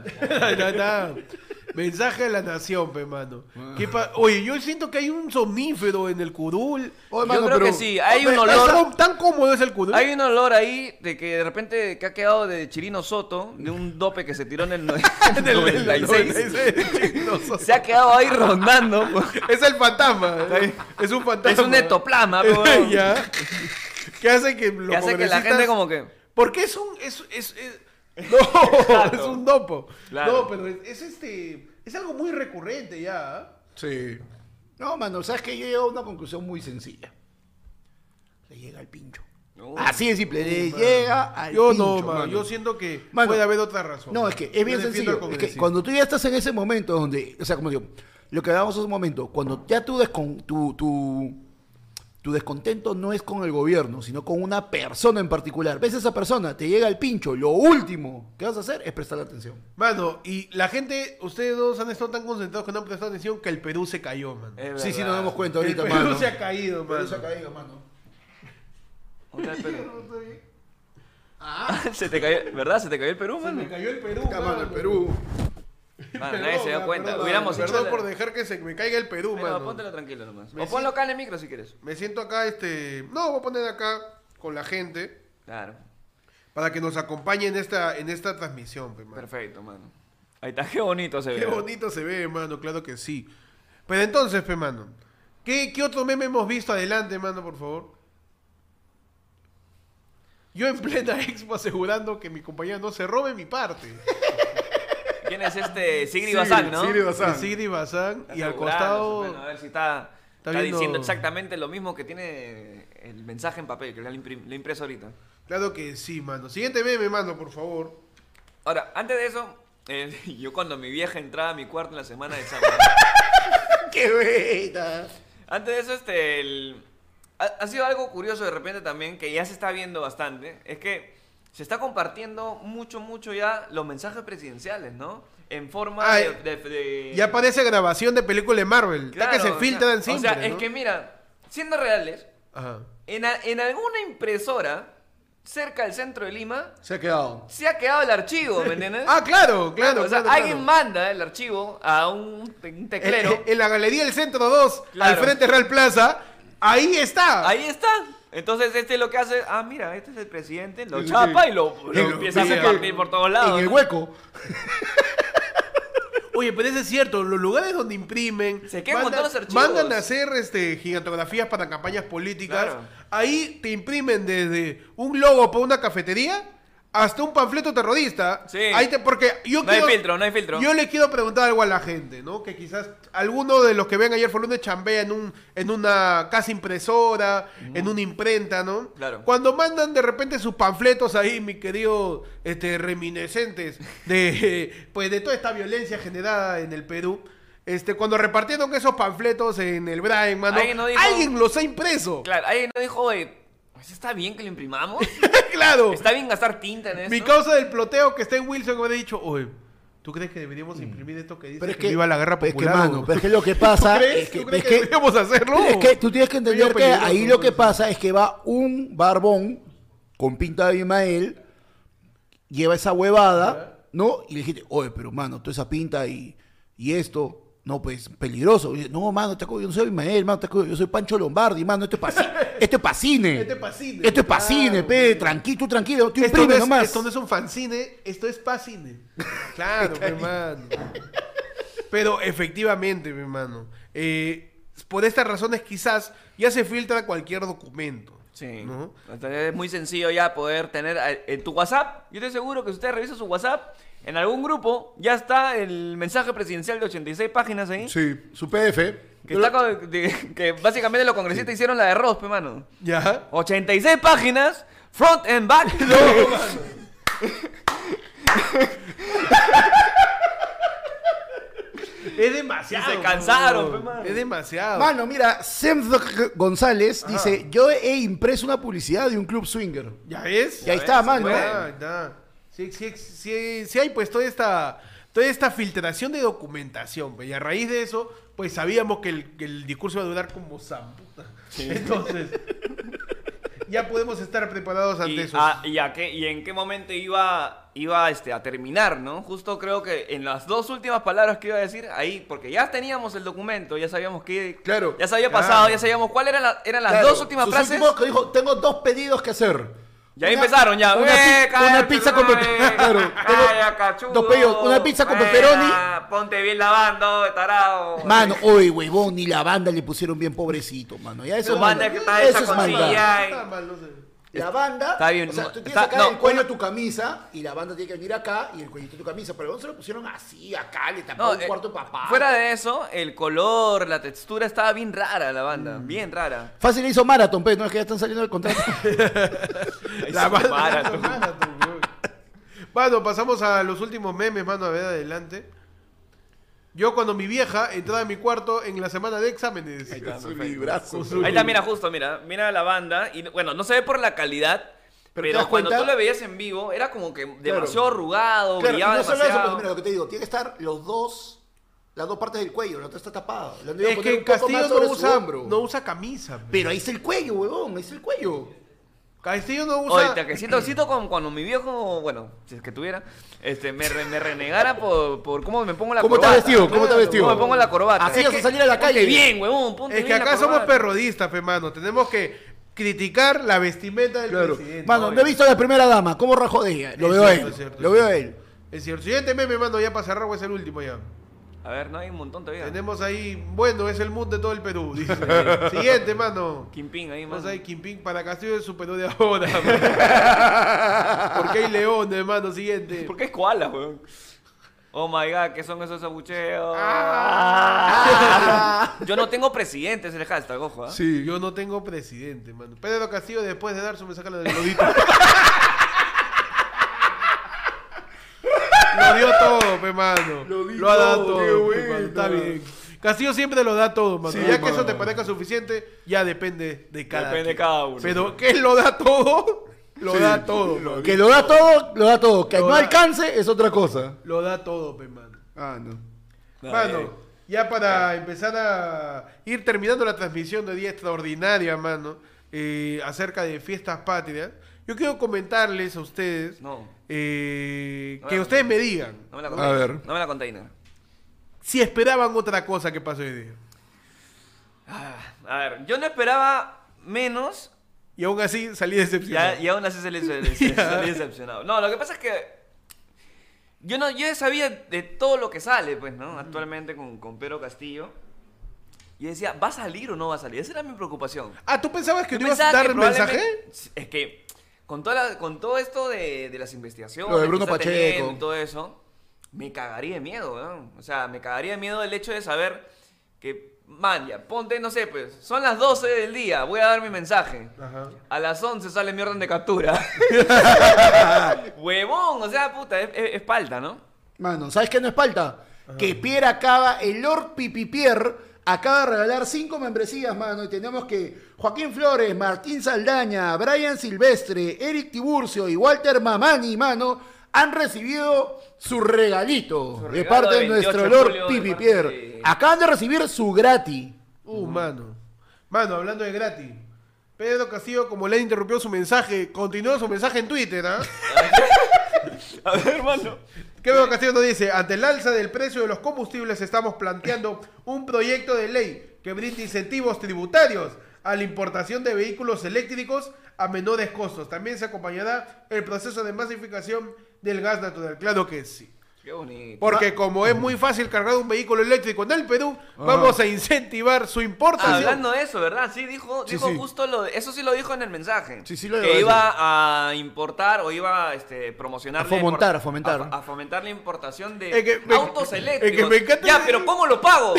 B: No, no. Mensaje de la nación, pe, mano. ¿Qué pa- Oye, yo siento que hay un somnífero en el curul.
C: Oh,
A: Yo
C: mano,
A: creo que
C: pero-
A: sí, hay un
B: Pe-
A: olor.
B: tan- Tan cómodo es el curul.
A: Hay un olor ahí de que de repente que ha quedado de Chirino Soto, de un dope que se tiró (laughs) en el no-
B: (laughs) (laughs) En el- en el-
A: 96.
B: 96. No, so-
A: Se ha quedado ahí rondando.
B: (laughs) Es el fantasma. ¿eh? Es un fantasma.
A: Es un ectoplasma, pero-
B: (laughs) Ya. Que hace que los
A: Que hace que la
B: congresistas-
A: gente como que...
B: Porque es un... Es, es-
A: (laughs)
B: es- No, es un dopo.
A: Claro.
B: No, pero es, es este... Es algo muy recurrente ya. ¿eh?
C: Sí. No, mano, sabes que yo llego a una conclusión muy sencilla. Le llega al pincho.
A: No.
C: Así de simple, le llega al
B: Yo
C: pincho.
B: no, mano.
C: mano.
B: Yo siento que
C: Mano,
B: puede haber otra razón.
C: No, es que es bien
B: Yo defiendo
C: sencillo.
B: al
C: Es que
B: congresista.
C: cuando tú ya estás en ese momento donde, o sea, como digo, lo que hablábamos hace un momento, cuando ya tú descon- tu, tu, tu descontento no es con el gobierno, sino con una persona en particular. Ves a esa persona, te llega el pincho, lo último que vas a hacer es prestarle atención.
B: Mano, y la gente... Ustedes dos han estado tan concentrados que no han prestado atención que el Perú se cayó, mano.
A: Es
C: Sí, sí,
A: "Eh, verdad.
C: nos damos cuenta
B: El
C: ahorita,
B: Perú
C: mano.
B: se ha caído,
C: Pero
B: mano.
C: se ha caído, mano.
A: O sea, el Perú. (laughs) Se te cayó, ¿verdad? Se te cayó el Perú,
B: Se
A: mano.
B: me cayó el Perú,
C: Está, mano, el
B: mano.
C: Perú.
A: Mano, Ah, nadie se dio
B: Perdón, ah,
A: cuenta.
B: perdón,
A: Hubiéramos
B: perdón
A: hecho la-
B: por dejar que se me caiga el Perú,
A: Pero
B: mano.
A: póntelo tranquilo nomás.
B: Me
A: O ponlo acá en el micro si quieres.
B: Me siento acá, este. No, voy a poner acá con la gente
A: Claro.
B: para que nos acompañe en esta, en esta transmisión, pe, mano.
A: Perfecto, mano. Ahí está. Qué bonito se ve.
B: Qué bonito se ve, hermano, claro que sí. Pero entonces, pe, mano, ¿qué, qué otro meme hemos visto adelante, hermano, por favor? Yo en plena (laughs) expo asegurando que mi compañero no se robe mi parte.
A: ¿Quién es este? Sigri (laughs) Bazán, ¿no?
C: Sigrid Bazán.
B: De Sigrid Bazán.
A: Está
B: Y al
A: asegurando,
B: costado.
A: bueno, a ver si está, está
B: viendo-
A: diciendo exactamente lo mismo que tiene el mensaje en papel, que lo han imprim- lo he impreso ahorita.
B: Claro que sí, mano. Siguiente meme, mano, por favor.
A: Ahora, antes de eso, eh, (laughs) yo cuando mi vieja entraba a mi cuarto en la semana de San
C: (laughs) ¡Qué beta!
A: (laughs) Antes de eso, este, el- ha, ha sido algo curioso de repente también, que ya se está viendo bastante, es que se está compartiendo mucho, mucho ya los mensajes presidenciales, ¿no? En forma
B: Ah,
A: de, de- de-
B: Ya aparece grabación de película de Marvel. Ya que
A: Claro,
B: se
A: o sea,
B: filtran siempre.
A: O sea, es
B: ¿no?
A: que mira, siendo reales,
B: Ajá.
A: En, a- en alguna impresora cerca del centro de Lima,
C: Se ha quedado.
A: se ha quedado el archivo, ¿me entiendes?
B: Ah, claro, claro.
A: o sea,
B: claro,
A: alguien
B: claro. Eh,
A: manda el archivo a un, te- un
B: En,
A: teclero.
B: en- en la galería del centro 2, al
A: Claro.
B: frente de Real Plaza, ahí está.
A: Ahí está. Entonces este lo que hace, ah, mira, este es el presidente, lo
C: Sí.
A: chapa y lo, lo
B: Y lo-
A: empieza a
B: sí,
A: compartir por todos lados.
C: En el
A: (laughs)
C: hueco.
B: Oye, pero eso es cierto, los lugares donde imprimen,
A: Se quedan con todos los archivos.
B: mandan a hacer este, gigantografías para campañas políticas.
A: Claro.
B: Ahí te imprimen desde un logo para una cafetería hasta un panfleto terrorista.
A: Sí.
B: Ahí te- porque yo
A: No hay
B: quiero-
A: filtro, no hay filtro.
B: Yo le quiero preguntar algo a la gente, ¿no? Que quizás alguno de los que ven ayer fue lunes chambea en, un, en una casa impresora, en una imprenta, ¿no?
A: Claro.
B: Cuando mandan de repente sus panfletos ahí, mi querido este, reminiscentes de, (laughs) eh, pues, de toda esta violencia generada en el Perú, este, cuando repartieron esos panfletos en el Brian, mano,
A: Alguien no dijo-
B: alguien los ha impreso.
A: Claro, alguien no dijo, oye, pues está bien que lo imprimamos.
B: (laughs) Claro.
A: Está bien gastar tinta en eso.
B: Mi causa del ploteo que está en Wilson me ha dicho, oye, ¿tú crees que deberíamos imprimir esto que dice
C: Mm. Pero es
B: que,
C: que.
B: viva la guerra
C: pero es que,
B: popular?
C: mano,
B: o-
C: pero es que lo que pasa. Ah, es
B: ¿Crees?
C: que-
B: ¿Tú crees
C: es
B: que,
C: que-
B: deberíamos hacerlo?
C: Es que tú tienes que entender
B: Medio
C: que ahí
B: peligroso,
C: lo que
B: entonces.
C: pasa es que va un barbón con pinta de Imael, lleva esa huevada, ¿no? Y le dijiste, oye, pero mano, toda esa pinta y, y esto, no, pues peligroso. Y dice, no, mano, te acuerdas, yo no soy Imael, mano, te acuerdas, yo soy Pancho Lombardi, mano, esto
B: (laughs)
C: es pasine. esto es pasine.
B: Este es pa' cine,
C: Esto es pasine,
B: claro.
C: pe, tranquilo, tú tranquilo, tú
B: Esto no,
C: imprime
B: es,
C: nomás.
B: esto no es un fancine, esto es
C: (laughs)
B: pacine. Claro, mi hermano. Pero efectivamente, mi hermano, eh, por estas razones quizás ya se filtra cualquier documento.
A: Sí.
B: ¿no?
A: Entonces es muy sencillo ya poder tener eh, en tu WhatsApp. Yo estoy seguro que si usted revisa su WhatsApp, en algún grupo ya está el mensaje presidencial de 86 páginas ahí.
C: Sí, su PF.
A: Que, está con- de- que básicamente los congresistas hicieron la de Ross, pe, mano.
B: ¿Ya?
A: 86 páginas, front and back.
C: (laughs)
B: Es demasiado.
A: Se cansaron,
B: bro.
A: pe, mano.
B: Es demasiado.
C: Mano, mira, Sem González dice, yo he impreso una publicidad de un club swinger.
B: ¿Ya ves?
C: Y ahí está, mano.
B: Ya, ya. Sí, sí, sí, sí hay pues toda esta, toda esta filtración de documentación, pues, y a raíz de eso, pues sabíamos que el, que el discurso iba a durar como zamputa. (laughs) Entonces, ya podemos estar preparados ante
A: y, ah,
B: eso.
A: a- y a qué- y en qué momento iba, iba este, a terminar, ¿no? Justo creo que en las dos últimas palabras que iba a decir, ahí, porque ya teníamos el documento, ya sabíamos que...
C: Claro, Ah.
A: Ya se había
B: claro.
A: pasado, ya sabíamos cuáles eran, la- eran las
C: Claro,
A: dos últimas
C: sus
A: frases.
C: últimos que dijo, tengo dos pedidos que hacer.
A: Y ahí
C: Una-
A: empezaron ya.
C: Una,
A: "Eh,
C: pi-
A: cállate,
C: una pizza con
A: güey,
C: pepperoni. (laughs) Claro, tengo
A: calla, cachudo,
C: dos pedidos. Una pizza con
A: buena,
C: pepperoni.
A: Ponte bien lavando, tarado.
C: Mano, oye, huevón, ni la banda le pusieron bien pobrecito, mano. Ya eso
A: Tu
C: es
A: banda
C: maldad.
A: que está hecha
C: Eso es
A: con
C: maldad.
A: silla.
B: Está mal, no sé.
C: La banda,
A: Está bien,
C: o sea,
A: no,
C: tú tienes
A: está-
C: acá
A: no,
C: el cuello de tu camisa y la banda tiene que venir acá y el cuellito de tu camisa, pero no se lo pusieron así, acá, le tapó
A: No,
C: un
A: eh,
C: cuarto de papá.
A: Fuera de eso, el color, la textura estaba bien rara la
C: Mm.
A: banda, bien rara.
C: Fácil le hizo maratón, pero no es que ya están saliendo
A: (laughs)
C: del contrato.
A: La
B: banda-
A: marato.
B: Marathon, güey. Bueno, pasamos a los últimos memes, mano, a ver adelante. Yo cuando mi vieja entraba a mi cuarto en la semana de exámenes.
C: Su librazo.
A: Ahí está, mira, justo, mira, mira la banda. Y bueno, no se ve por la calidad,
C: Pero
A: pero,
C: te das
A: cuando
C: cuenta-
A: tú lo veías en vivo, era como que demasiado arrugado,
C: Claro, y
A: brillaba
C: no solo eso,
A: demasiado.
C: porque mira, lo que te digo, tiene que estar los dos, las dos partes del cuello, la otra está tapada. Le han debido
B: Es
C: poner
B: que
C: un
B: en
C: poco
B: Castillo
C: más
B: no
C: sobre su
B: usa,
C: hombro.
B: no usa camisa. pe.
C: Pero ahí está el cuello, huevón, ahí está el cuello.
B: Castillo no usa...
A: Oye, te que siento, siento como cuando mi viejo, bueno, si es que tuviera, este, me, re- me renegara por, por cómo me pongo la
C: ¿Cómo
A: corbata.
C: estás vestido? ¿Cómo estás
B: Claro.
C: vestido?
A: ¿Cómo me pongo la corbata?
C: Así
A: Es
C: vas a
A: que-
C: salir a la
A: ponte
C: calle.
A: bien, huevón, ponte
B: Es que
A: bien la
B: acá somos
A: corbata.
B: perrodistas, pe, mano. Tenemos que criticar la vestimenta del
C: Claro.
B: presidente.
C: Mano, no eh. he visto a la primera dama, ¿cómo rajo de ella? Lo
B: Es
C: veo a
B: cierto,
C: él,
B: es cierto,
C: lo
B: es
C: veo a él.
B: cierto. Es cierto. Siguiente meme, mando ya para cerrar, o es el último ya.
A: A ver, no hay un montón todavía.
B: Tenemos ahí, bueno, es el mood de todo el
C: (laughs)
B: Perú, dice. Siguiente, mano.
A: Kimping ahí, más.
B: Vamos ahí, Kimping para Castillo es su Perú de ahora.
C: (laughs)
B: mano. Porque hay leones, mano. Siguiente.
A: ¿Por qué es koala, weón? Oh my god, ¿qué son esos abucheos?
C: Ah.
A: Yo no tengo presidente, es el hashtag, ojo. ¿ah?
B: Sí, yo no tengo presidente, mano. Pedro Castillo, después de dar su mensaje a la del
C: (laughs)
B: lobito. lo dio todo, pe, mano. Lo,
C: di
B: ha dado
C: todo,
B: todo,
C: qué
B: pe,
C: bueno.
B: mano. Está bien. Castillo siempre lo da todo, mano.
C: Sí,
B: ya que
C: mano.
B: eso te parezca suficiente, ya depende de cada
A: Depende de
B: quien.
A: cada uno.
B: Pero que él lo da todo,
C: (laughs)
B: lo da todo. mano.
C: Que (laughs) lo da todo, lo da todo. Que
B: Lo
C: no
B: da-
C: alcance es otra cosa.
B: Lo da todo, pe, mano.
C: Ah, no.
A: No, eh,
B: Mano, ya para empezar a ir terminando la transmisión de día extraordinaria, mano, eh, acerca de fiestas patrias, Yo quiero comentarles a ustedes
A: No.
B: eh,
A: No me
B: que
A: la-
B: ustedes me digan
A: No me la container.
F: ver.
A: No me la container.
B: si esperaban otra cosa que pasó hoy día.
A: Ah, A ver, yo no esperaba menos
B: Y aún así salí
A: y, a-
B: decepcionado.
A: y aún así salí, salí- salí- salí decepcionado. No, lo que pasa es que yo no yo sabía de todo lo que sale, pues, ¿no? Actualmente con, con Pedro Castillo. Yo decía, ¿va a salir o no va a salir? Esa era mi preocupación.
B: Ah, ¿tú pensabas que
A: Yo
B: no ibas a
A: pensaba
B: dar
A: que
B: el mensaje?
A: probablemente- Es que con, toda la- con todo esto de, de las investigaciones,
C: Lo de Bruno
A: que está
C: Pacheco.
A: teniendo y todo eso, me cagaría de miedo, weón. O sea, me cagaría de miedo el hecho de saber que, man, ya, ponte, no sé, pues, son las 12 del día, voy a dar mi mensaje.
B: Ajá.
A: A las 11 sale mi orden de
B: (laughs)
A: captura. Huevón, o sea, puta, es, es- es falta, ¿no? (laughs)
C: Mano, ¿sabes qué no es falta? Que Pierre acaba, el Lord Pipipier acaba de regalar cinco membresías, mano, y tenemos que Joaquín Flores, Martín Saldaña, Brian Silvestre, Eric Tiburcio y Walter Mamani, mano, han recibido su regalito de
A: regalo
C: parte de,
A: de
C: nuestro
A: 28
C: Lord
A: de julio de
C: Pipipier.
A: parte de-
C: Acaban de recibir su gratis.
B: Uh, mano. Mano, hablando de gratis. Pedro Castillo, como le interrumpió su mensaje, continuó su mensaje en Twitter, ¿ah?
A: A ver, hermano.
B: ¿Qué veo Castillo nos dice? Ante el alza del precio de los combustibles estamos planteando un proyecto de ley que brinde incentivos tributarios a la importación de vehículos eléctricos a menores costos. También se acompañará el proceso de masificación del gas natural. Claro que sí.
A: Qué bonito.
B: Porque como es muy fácil cargar un vehículo eléctrico en el Perú, vamos a incentivar su importación.
A: Hablando de eso, ¿verdad? Sí, dijo,
F: Sí,
A: dijo
F: sí.
A: justo lo de- Eso sí lo dijo en el mensaje.
F: Sí, sí lo iba a
A: Que iba a importar o iba este, promocionar.
C: A
A: la impor-
C: fomentar, a fomentar.
A: A, a fomentar la importación de
B: Es que me-
A: autos eléctricos.
B: es que me encanta-
A: Ya, pero ¿cómo lo pago?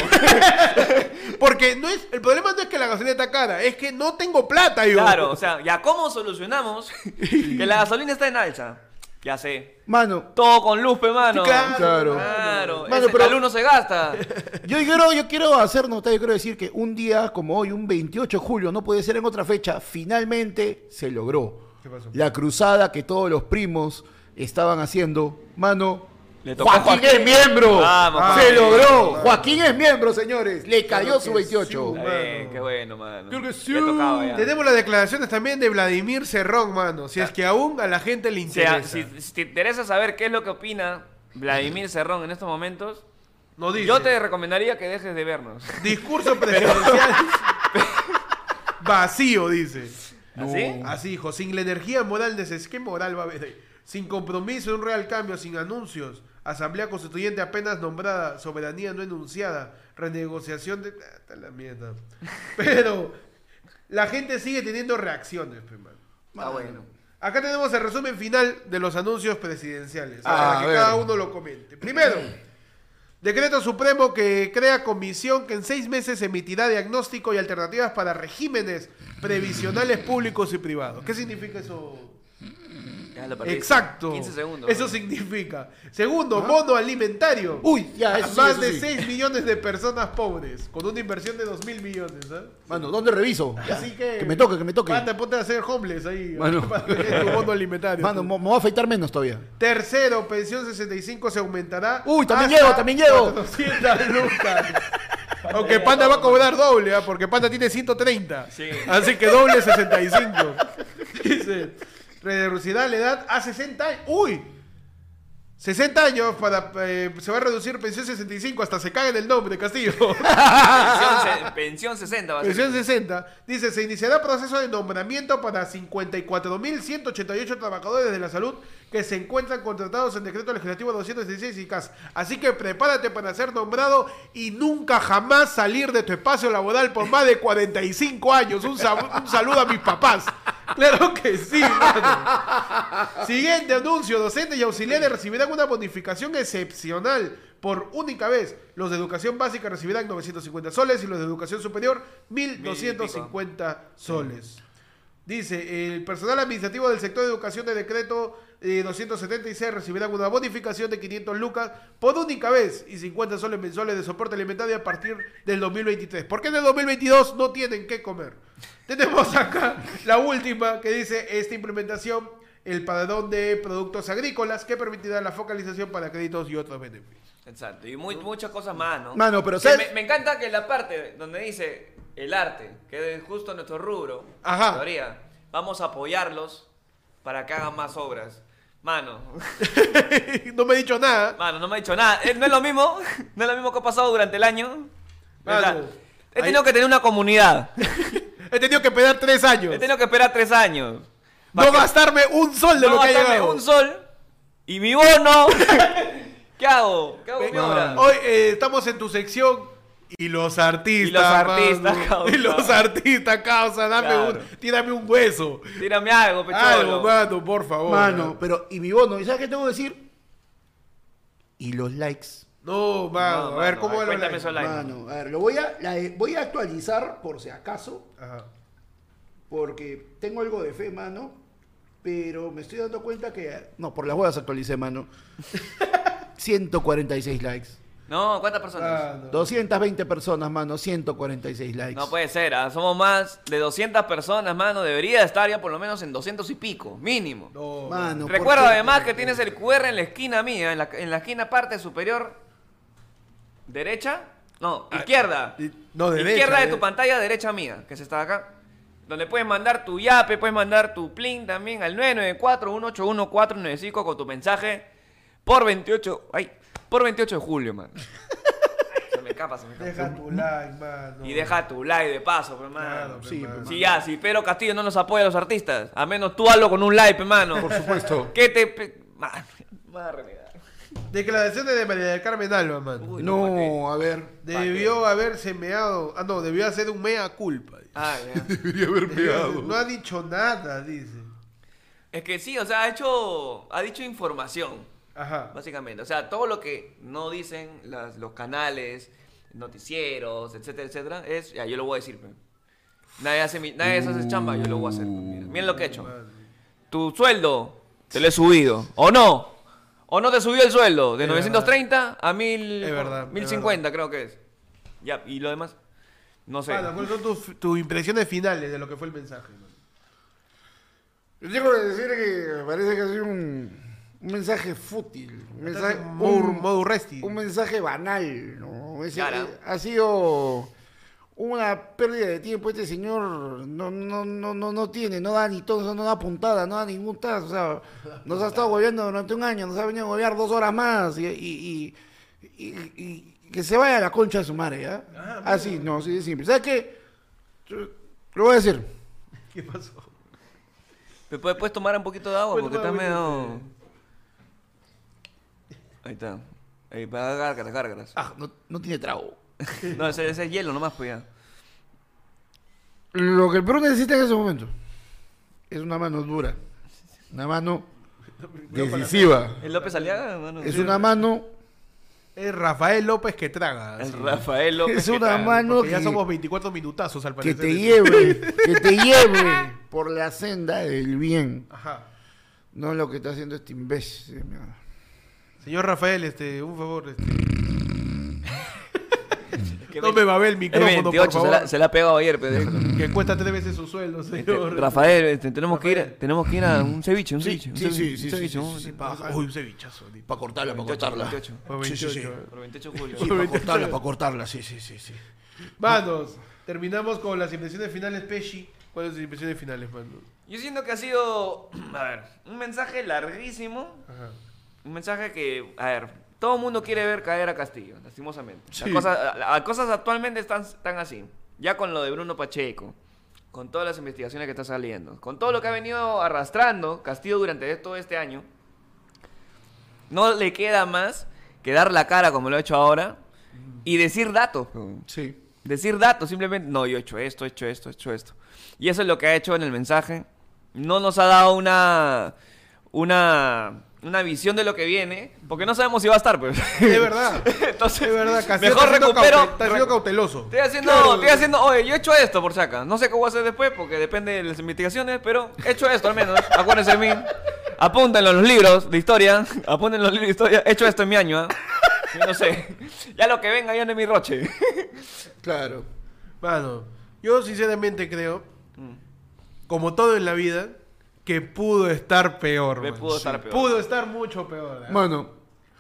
B: Porque no es, el problema no es que la gasolina está cara, es que no tengo plata yo.
A: claro, o sea, ya ¿cómo solucionamos que la gasolina está en alza? Ya sé.
C: Mano,
A: Todo con luz, pe, mano.
B: Claro,
C: Claro.
A: Claro.
C: Mano,
A: Ese
C: pero-
A: tal uno se gasta.
C: Yo quiero, yo quiero hacer notar, yo quiero decir que un día como hoy, un 28 de julio, no puede ser en otra fecha, finalmente se logró.
B: ¿Qué pasó?
C: La cruzada que todos los primos estaban haciendo. Mano,
A: Le tocó a
C: Joaquín, es miembro.
A: Vamos, Joaquín.
C: se logró. Joaquín es miembro, señores. Le cayó
B: que
C: su 28.
B: sí.
A: Está bien, qué bueno, mano.
B: Creo que sí.
A: Ya tocaba ya.
B: Tenemos las declaraciones también de Vladimir Cerrón, mano. Si es que aún a la gente le
A: O sea,
B: interesa.
A: si, si te interesa saber qué es lo que opina Vladimir Cerrón en estos momentos,
B: No dice.
A: yo te recomendaría que dejes de vernos. (laughs)
B: Discurso presidencial (laughs) vacío, dice.
A: ¿Así?
B: Así, hijo. Sin la energía moral de ese, ¿qué moral va a haber ahí? Sin compromiso, un real cambio, sin anuncios. Asamblea constituyente apenas nombrada, soberanía no enunciada, renegociación de. Ah, está
A: (laughs)
B: la mierda. Pero la gente sigue teniendo reacciones, pe, mano.
A: Ah, bueno.
B: Acá tenemos el resumen final de los anuncios presidenciales,
F: A
B: para que
F: ver.
B: cada uno lo comente. Primero, decreto supremo que crea comisión que en seis meses emitirá diagnóstico y alternativas para regímenes previsionales públicos y privados. ¿Qué significa eso?
A: Ya lo perdí.
B: Exacto.
A: 15 segundos.
B: Eso
A: ¿no?
B: significa. Segundo, bono alimentario.
C: Uy, ya,
B: A
C: eso sí,
B: más
C: eso
B: de
C: sí.
B: 6 millones de personas pobres, con una inversión de 2 mil millones. ¿eh?
C: Mano, ¿dónde reviso? Ya.
B: Así que.
C: me toque, que me toque.
B: Pata, ponte a hacer homeless ahí. (laughs)
C: Mano.
B: para que des tu bono alimentario.
C: Mano, me, me voy a afeitar menos todavía.
B: Tercero, pensión 65 se aumentará.
C: Uy, también
B: hasta
C: llego, también llego.
B: 400 lucas.
C: (laughs)
B: Aunque Panda va a cobrar doble, ¿ah? porque Panda tiene 130.
A: Sí.
B: Así que doble 65. (laughs) Dice, reducirá la edad a 60 años. Uy, 60 años para eh, se va a reducir pensión 65 hasta se caga en el nombre, Castillo.
A: (laughs)
B: (laughs)
A: Pensión, se- pensión 60 va a ser.
B: Pensión 60. Dice, se iniciará proceso de nombramiento para 54.188 trabajadores de la salud que se encuentran contratados en decreto legislativo 216 y CAS. Así que prepárate para ser nombrado y nunca jamás salir de tu espacio laboral por más de 45 años. Un, sa- un saludo a mis papás. (laughs) Claro que sí, mano. Siguiente anuncio, docentes y auxiliares recibirán una bonificación excepcional por única vez. Los de educación básica recibirán 950 soles y los de educación superior 1250 soles. Dice, el personal administrativo del sector de educación de decreto eh, 276 recibirán una bonificación de 500 lucas por única vez y 50 soles mensuales de soporte alimentario a partir del 2023. ¿Por qué en el 2022 no tienen que comer? (laughs) Tenemos acá la última que dice esta implementación, el padrón de productos agrícolas que permitirá la focalización para créditos y otros beneficios. (laughs)
A: Exacto. Y muy- muchas cosas más, ¿no?
C: Mano, pero
A: Que
C: ¿sabes?
A: Me, me encanta que la parte donde dice el arte, que es justo nuestro rubro,
B: Ajá.
A: teoría, vamos a apoyarlos para que hagan más obras. Mano,
B: no me ha dicho nada.
A: mano, no me ha dicho nada. Eh, No es lo mismo, no es lo mismo que ha pasado durante el año.
B: Mano,
A: ¿Verdad? He
B: ahí-
A: tenido que tener una comunidad.
B: He tenido que esperar tres años.
A: He tenido que esperar tres años.
B: No
A: Para que-
B: gastarme un sol de
A: no
B: lo que ha
A: gastarme
B: llegado.
A: un sol y mi
B: (laughs)
A: bono. ¿Qué hago? ¿Qué hago con mi obra?
B: Hoy eh, estamos en tu sección y los
A: Y
B: artistas.
A: los artistas,
B: (laughs) mano.
A: causa.
B: Y los artistas, causa. Dame
A: Claro.
B: un, tírame un hueso.
A: Tírame algo, pecholo.
B: Algo, mano, por favor.
C: Mano, pero, y mi bono, ¿y sabes qué tengo que decir? Y los likes.
B: No, mano.
A: No,
B: a ver,
A: mano,
B: ¿cómo
A: a ver,
B: va
A: cuéntame
B: la-
A: eso, la- Like.
C: Mano, a ver, lo voy a, la- voy a actualizar por si acaso,
B: Ajá.
C: porque tengo algo de fe, mano, pero me estoy dando cuenta que... No, por las huevas
A: (laughs)
C: actualicé, mano. 146 likes.
A: No, ¿cuántas personas?
B: Mano.
C: 220 personas, mano, 146 likes.
A: Ah. No puede ser, ah, somos más de 200 personas, mano. Debería estar ya por lo menos en 200 y pico, mínimo.
B: No,
C: Mano, ¿por
A: Recuerda
C: qué?
A: además que tienes el QR en la esquina mía, en la, en la esquina parte superior derecha, no, izquierda.
B: Ah, y- no, derecha,
A: Izquierda de tu
B: derecha.
A: pantalla, derecha mía, que se está acá. Donde puedes mandar tu yape, puedes mandar tu pling también al 994-181-495 con tu mensaje por 28, ay, por 28 de julio,
B: (laughs)
A: man. Se me escapa, se me escapa.
B: Deja tu like, mano. pues,
A: Y deja tu like de paso, pero mano.
B: Claro,
C: Sí,
B: mano.
A: Si ya, si Pedro Castillo no nos apoya a los artistas, a menos tú hazlo con un like, hermano.
C: Por supuesto.
A: (laughs) ¿Qué te.? pe- Man, más realidad.
B: Declaraciones de María del Carmen Alba, mano.
A: Uy, maté.
C: No, a ver.
B: Debió haber semeado. Ah, no, debió hacer un mea culpa. dice.
A: Ah, ya.
D: Debería haber
B: Debió hacer-
D: pegado.
B: no ha dicho nada, dice.
A: Es que sí, o sea, ha hecho. Ha dicho información,
B: Ajá.
A: básicamente. O sea, todo lo que no dicen las, los canales, noticieros, etcétera, etcétera, es. Ya, yo lo voy a decir, pe. Nadie hace, mi- nadie hace esa chamba, yo lo voy a hacer. pues, Mira, miren lo que he hecho. tu sueldo te lo he subido. ¿O no? ¿O no te subió el sueldo? De
B: Es
A: 930 a 1000,
B: Es verdad, Ah, es
A: 1050 creo que es. Ya, y lo demás, no sé.
B: Mano, ¿cuáles son tus, tus impresiones finales de lo que fue el mensaje? mano?
C: Yo tengo que decir que parece que ha sido un, un mensaje fútil. Un mensaje,
B: Estás en modo-
C: un,
B: modo resti.
C: un mensaje banal, ¿no? Es-
A: Claro.
C: eh, ha sido una pérdida de tiempo. Este señor no, no, no, no, no tiene, no da ni todo, no da puntada, no da ningún tazo. O sea, nos ha (laughs) estado goleando durante un año, nos ha venido a golear dos horas más y, y- y- y- y- y que se vaya a la concha de su madre, ¿ya? Así, no, sí, de simple. ¿Sabes qué? Yo- Lo voy a decir.
B: ¿Qué pasó?
A: ¿Me puedes, puedes tomar un poquito de agua?
B: Bueno,
A: Porque está
B: bueno, este.
A: medio...
B: bueno,
A: Ahí está. Ahí, para gárgaras, gárgaras.
C: Ah, no, no tiene trago.
A: No, ese, ese es hielo nomás, pues ya.
C: Lo que el Perú necesita en ese momento es una mano dura, una mano decisiva,
A: ¿Es López Aliaga, hermano?
C: es una mano,
B: Es Rafael López que traga.
A: Es
B: sí.
A: Rafael López.
C: es
A: ¿qué
C: una
A: tal?
C: mano
B: Porque ya
C: que,
B: somos 24 minutazos al
C: que
B: parecer.
C: te lleve, que te lleve por la senda del bien,
B: Ajá.
C: no lo que está haciendo este imbécil. de mierda.
B: Señor Rafael, este, un favor. Este,
C: (laughs)
A: Es que
B: no me babé el
A: Es
B: micrófono,
A: 28,
B: por
A: se la,
B: favor.
A: se la ha pegado ayer,
C: (laughs)
A: pero déjalo.
B: Que cuesta tres veces su sueldo, señor. (laughs)
A: Rafael, este, tenemos, Que ir,
B: Rafael.
A: tenemos que ir a un ceviche, un
C: Sí,
A: ceviche. un
C: sí,
A: ceviche,
C: sí,
A: un
C: sí,
A: ceviche,
C: sí,
A: un-
C: sí, sí,
A: Por
B: Uy, un cevichazo. ni-
C: Para cortarla, para
A: 28,
C: cortarla.
A: 28.
B: Por
C: Sí, sí,
B: 28,
C: sí.
B: eh.
A: Por 28 de julio.
C: Sí, (laughs) para cortarla, para cortarla, sí, sí, sí, sí.
B: Manos, terminamos con las impresiones finales, Pesci. ¿Cuáles son las impresiones finales, manos?
A: Yo siento que ha sido, a ver, un mensaje larguísimo.
B: Ajá.
A: Un mensaje que, a ver, todo el mundo quiere ver caer a Castillo, lastimosamente.
C: Sí.
A: Las, cosas, la- las cosas actualmente están, están así. Ya con lo de Bruno Pacheco, con todas las investigaciones que están saliendo, con todo lo que ha venido arrastrando Castillo durante todo este año, no le queda más que dar la cara como lo ha hecho ahora y decir datos. pues.
C: Sí.
A: Decir datos, simplemente, no, yo he hecho esto, he hecho esto, he hecho esto. Y eso es lo que ha hecho en el mensaje. No nos ha dado una, una, una visión de lo que viene, porque no sabemos si va a estar, pues.
B: Es verdad.
A: (laughs) Entonces,
B: Es verdad, Castillo
A: mejor
B: está siendo
A: recupero.
B: caute- Está siendo cauteloso.
A: Estoy haciendo, estoy haciendo, oye, yo he hecho esto por si acaso. No sé qué voy a hacer después porque depende de las investigaciones, pero he hecho esto al
B: (laughs)
A: menos. Acuérdense de mí. Apúntenlo en los libros de historia. Apúntenlo en los libros de historia. He hecho esto en mi año, ¿ah? Yo No sé. Ya lo que venga ya no es mi roche.
C: Claro.
B: Mano, yo sinceramente creo,
A: Mm.
B: como todo en la vida, que pudo estar peor.
A: Me
B: mano.
A: pudo estar peor.
B: Pudo estar mucho peor. ¿eh?
C: Mano,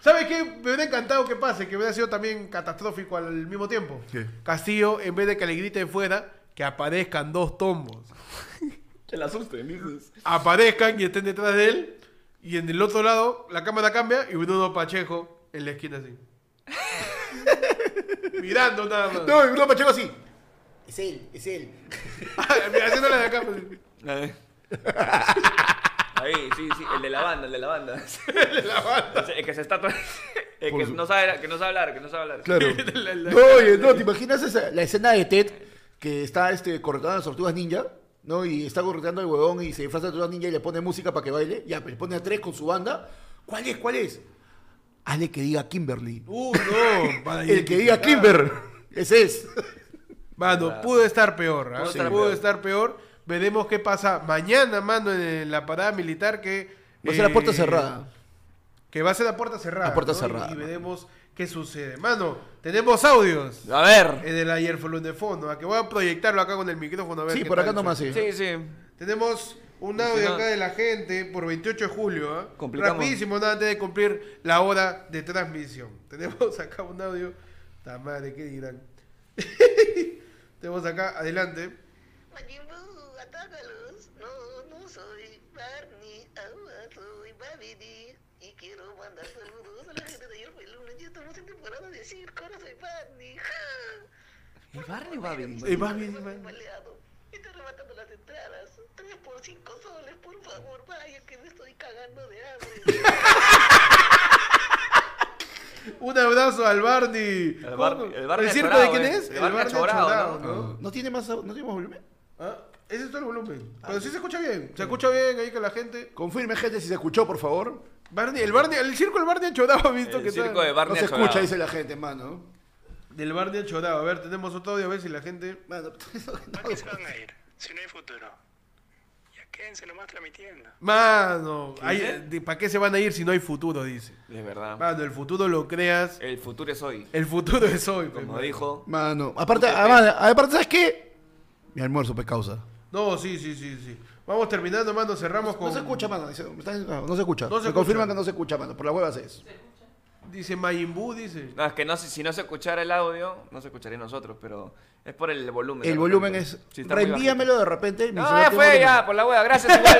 B: ¿Sabes qué? Me hubiera encantado que pase, que hubiera sido también catastrófico al mismo tiempo.
C: ¿Qué?
B: Castillo, en vez de que le griten fuera, que aparezcan dos tombos.
A: el asuste, dices.
B: aparezcan y estén detrás de él. Y en el otro lado, la cámara cambia y Bruno Pacheco en la esquina así. (laughs) Mirando nada más.
C: No, y Bruno Pacheco así. Es él, es él.
B: Ah, Mira, haciéndole la cámara. así.
A: A ver. (laughs) Ahí, sí, sí, el de la banda, el de la banda.
C: (laughs)
A: el de la banda. El que se está... (laughs) El que no, sabe, que no sabe hablar, que no sabe hablar. (laughs)
C: (laughs) Claro. No, oye, no, ¿te imaginas esa- la escena de Ted que está este, correteando a las tortugas ninja? ¿No? Y está correteando al huevón y se disfraza de tortugas ninja y le pone música para que baile. Ya, pues, le pone a tres con su banda. ¿Cuál es? ¿Cuál es? Hazle que diga Kimberly.
B: Uh, no. para
C: (laughs) El que diga Kimber. Ese es. (laughs)
B: Mano, pudo estar peor. ¿ah?
A: Pudo
B: Sí,
A: estar
B: pudo
A: peor.
B: estar peor. Veremos qué pasa mañana, mano, en la parada militar que...
C: Va a ser la puerta
B: eh,
C: cerrada.
B: Que va a ser la puerta cerrada.
C: La puerta
B: ¿no?
C: cerrada,
B: Y, y
C: mano.
B: veremos qué sucede. Mano, tenemos audios.
A: A ver.
B: En el ayer fue de fondo. A que voy a proyectarlo acá con el micrófono. A ver
C: Sí,
B: qué
C: por
B: tal
C: acá
B: suena.
C: nomás sí.
A: Sí, sí.
B: Tenemos un
A: Dice,
B: audio
A: no.
B: acá de la gente por 28 de julio. ¿ah?
A: Complicamos.
B: Rapidísimo, nada, antes de cumplir la hora de transmisión. (laughs) Tenemos acá un audio. La madre, ¿qué dirán? (laughs) Tenemos acá, adelante.
F: Majibu, atácalos. No, no soy Barney, ahora soy Babidi. Y quiero mandar saludos a la gente de ayer fue el lunes. Ya estamos en temporada de circo, ahora soy Barney. ¡Ja!
A: El barrio va a venir.
B: Eh, va bien,
F: Estoy
B: va
F: muy
B: bien.
F: maleado. Estoy rematando las entradas. Tres por cinco soles, por favor, vaya que me estoy cagando de hambre.
G: (laughs)
B: Un abrazo al Barney.
A: Al Barney- el Barney
B: circo
A: Achorado,
B: de quién
A: eh.
B: es?
A: El Barney Achorado, ¿no?
C: ¿No tiene más, au- no tiene más volumen?
B: Ah, Ese es todo el volumen.
A: Ah,
B: Pero sí se escucha bien. Se escucha bien ahí que la gente.
C: Confirme, gente, si se escuchó, por favor.
B: Barney, el Barney, el circo del Barney Achorado, visto que
A: El
B: está-
A: circo de
C: No
A: Barney
C: se escucha,
A: Achorado.
C: dice la gente, mano.
B: Del Barney Achorado. A ver, tenemos otro audio, a ver si la gente.
C: Mano, (laughs)
G: ¿Para qué se van a ir si no hay futuro? Ya quédense nomás transmitiendo.
B: Mano,
A: dice?
B: ¿para qué se van a ir si no hay futuro? Dice.
A: Es verdad.
B: Mano, el futuro lo creas.
A: El futuro es hoy.
B: El futuro es hoy. pe,
A: Eh. Como
B: mano.
A: dijo.
C: mano. Aparte, además, aparte, ¿sabes qué? Mi almuerzo, pues causa.
B: No, sí, sí, sí, sí. Vamos terminando, mano. Cerramos con.
C: No se escucha, mano. dice, me están- no, no se escucha.
B: No se
C: me
B: escucha.
C: confirman que no se escucha, mano. Por las huevas es.
B: Dice Majin Buu, dice.
A: No, es que no, sé- si no se escuchara el audio, no se escucharía nosotros, pero es por el volumen. de
C: El volumen
A: repente.
C: es.
A: Sí, está muy
C: reenvíamelo de repente. mi
A: bajito. No,
C: celular
A: ya
C: tiene
A: fue
C: volumen.
A: ya, por la wea. Gracias
C: (laughs)
A: igual.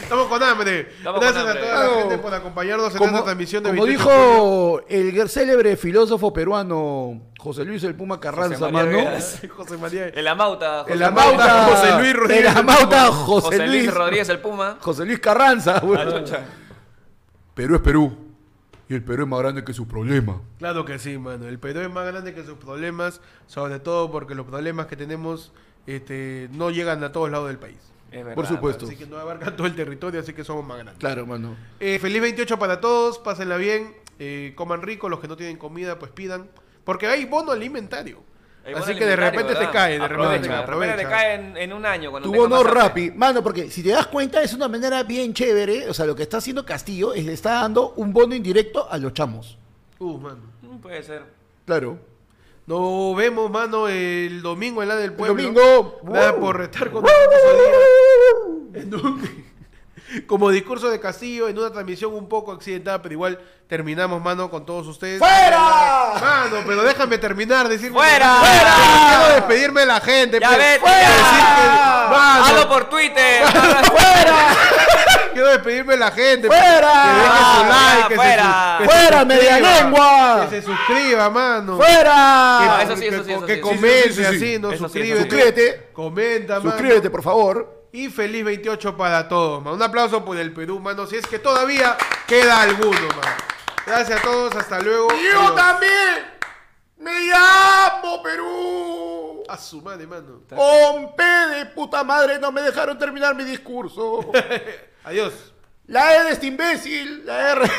B: Estamos con hambre.
A: Estamos
B: Gracias
A: con hambre.
B: a toda la
C: Claro.
B: gente por acompañarnos en esta transmisión de
C: como
B: 28 junio.
C: dijo el gue- célebre filósofo peruano José Luis el Puma Carranza,
A: José María
C: mano.
A: Vegas.
B: (laughs) José María. eh,
A: El Amauta. José
C: El
A: Luis-
C: amauta
B: José Luis Rodríguez.
C: El amauta José,
A: José
C: Luis.
A: Luis Rodríguez el Puma.
C: José Luis Carranza, güey.
A: Ah, chucha.
C: Perú es Perú. Y el Perú es más grande que su problema.
B: Claro que sí, mano. El Perú es más grande que sus problemas, sobre todo porque los problemas que tenemos este, no llegan a todos lados del país.
A: Es verdad,
C: Por supuesto.
B: Así que no abarcan todo el territorio, así que somos más grandes.
C: Claro, mano.
B: Eh, feliz 28 para todos, pásenla bien, eh, coman rico, los que no tienen comida, pues pidan, porque hay bono alimentario.
A: Hay buen
B: así que de
A: alimentario,
B: repente
A: ¿verdad?
B: te cae, de
A: Aprovecha,
B: repente
A: aprovecha.
B: aprovecha.
A: te cae en, en un año. Cuando
C: Tu
A: tenga
C: bono
A: más hambre.
C: rapi. Mano, porque si te das cuenta, es una manera bien chévere. O sea, lo que está haciendo Castillo es le está dando un bono indirecto a los chamos.
B: Uh, mano.
A: Mm, Puede ser.
C: Claro.
B: Nos vemos, mano, el domingo en la del pueblo.
C: domingo.
B: Nada
C: Wow.
B: por retar con nosotros hoy día. En un- Como discurso de Castillo, en una transmisión un poco accidentada, pero igual terminamos, mano, con todos ustedes.
C: ¡Fuera!
B: Mano, pero déjame terminar, decir
A: ¡Fuera!
B: Quiero despedirme de la gente.
A: ¡Ya
B: pe.
A: vete!
B: Decir
A: ya.
B: que- mano,
A: ¡Hazlo por Twitter! ¡Fuera!
B: Quiero despedirme de la gente. pe.
C: ¡Fuera! Ah,
B: Que deje su like, que se
A: ¡Fuera!
B: su- que se
C: ¡Fuera,
B: suscriba,
C: media lengua!
B: Que se suscriba, mano.
C: ¡Fuera!
A: Ah,
B: Que-
A: eso sí, eso sí,
B: que-
A: eso
B: Que
A: sí.
B: comente
C: Sí, sí, sí, sí.
B: así, no
A: Eso sí,
B: suscríbete.
A: eso sí.
C: Suscríbete.
B: Comenta, mano.
C: Suscríbete, por favor.
B: Y feliz 28 para todos, man. Un aplauso por el Perú, mano. Si es que todavía queda alguno, man. Gracias a todos, hasta luego. Adiós.
C: también me llamo Perú.
B: A su madre, mano.
C: Ompe de puta madre, no me dejaron terminar (laughs) mi discurso.
B: Adiós.
C: La E de este imbécil, la R.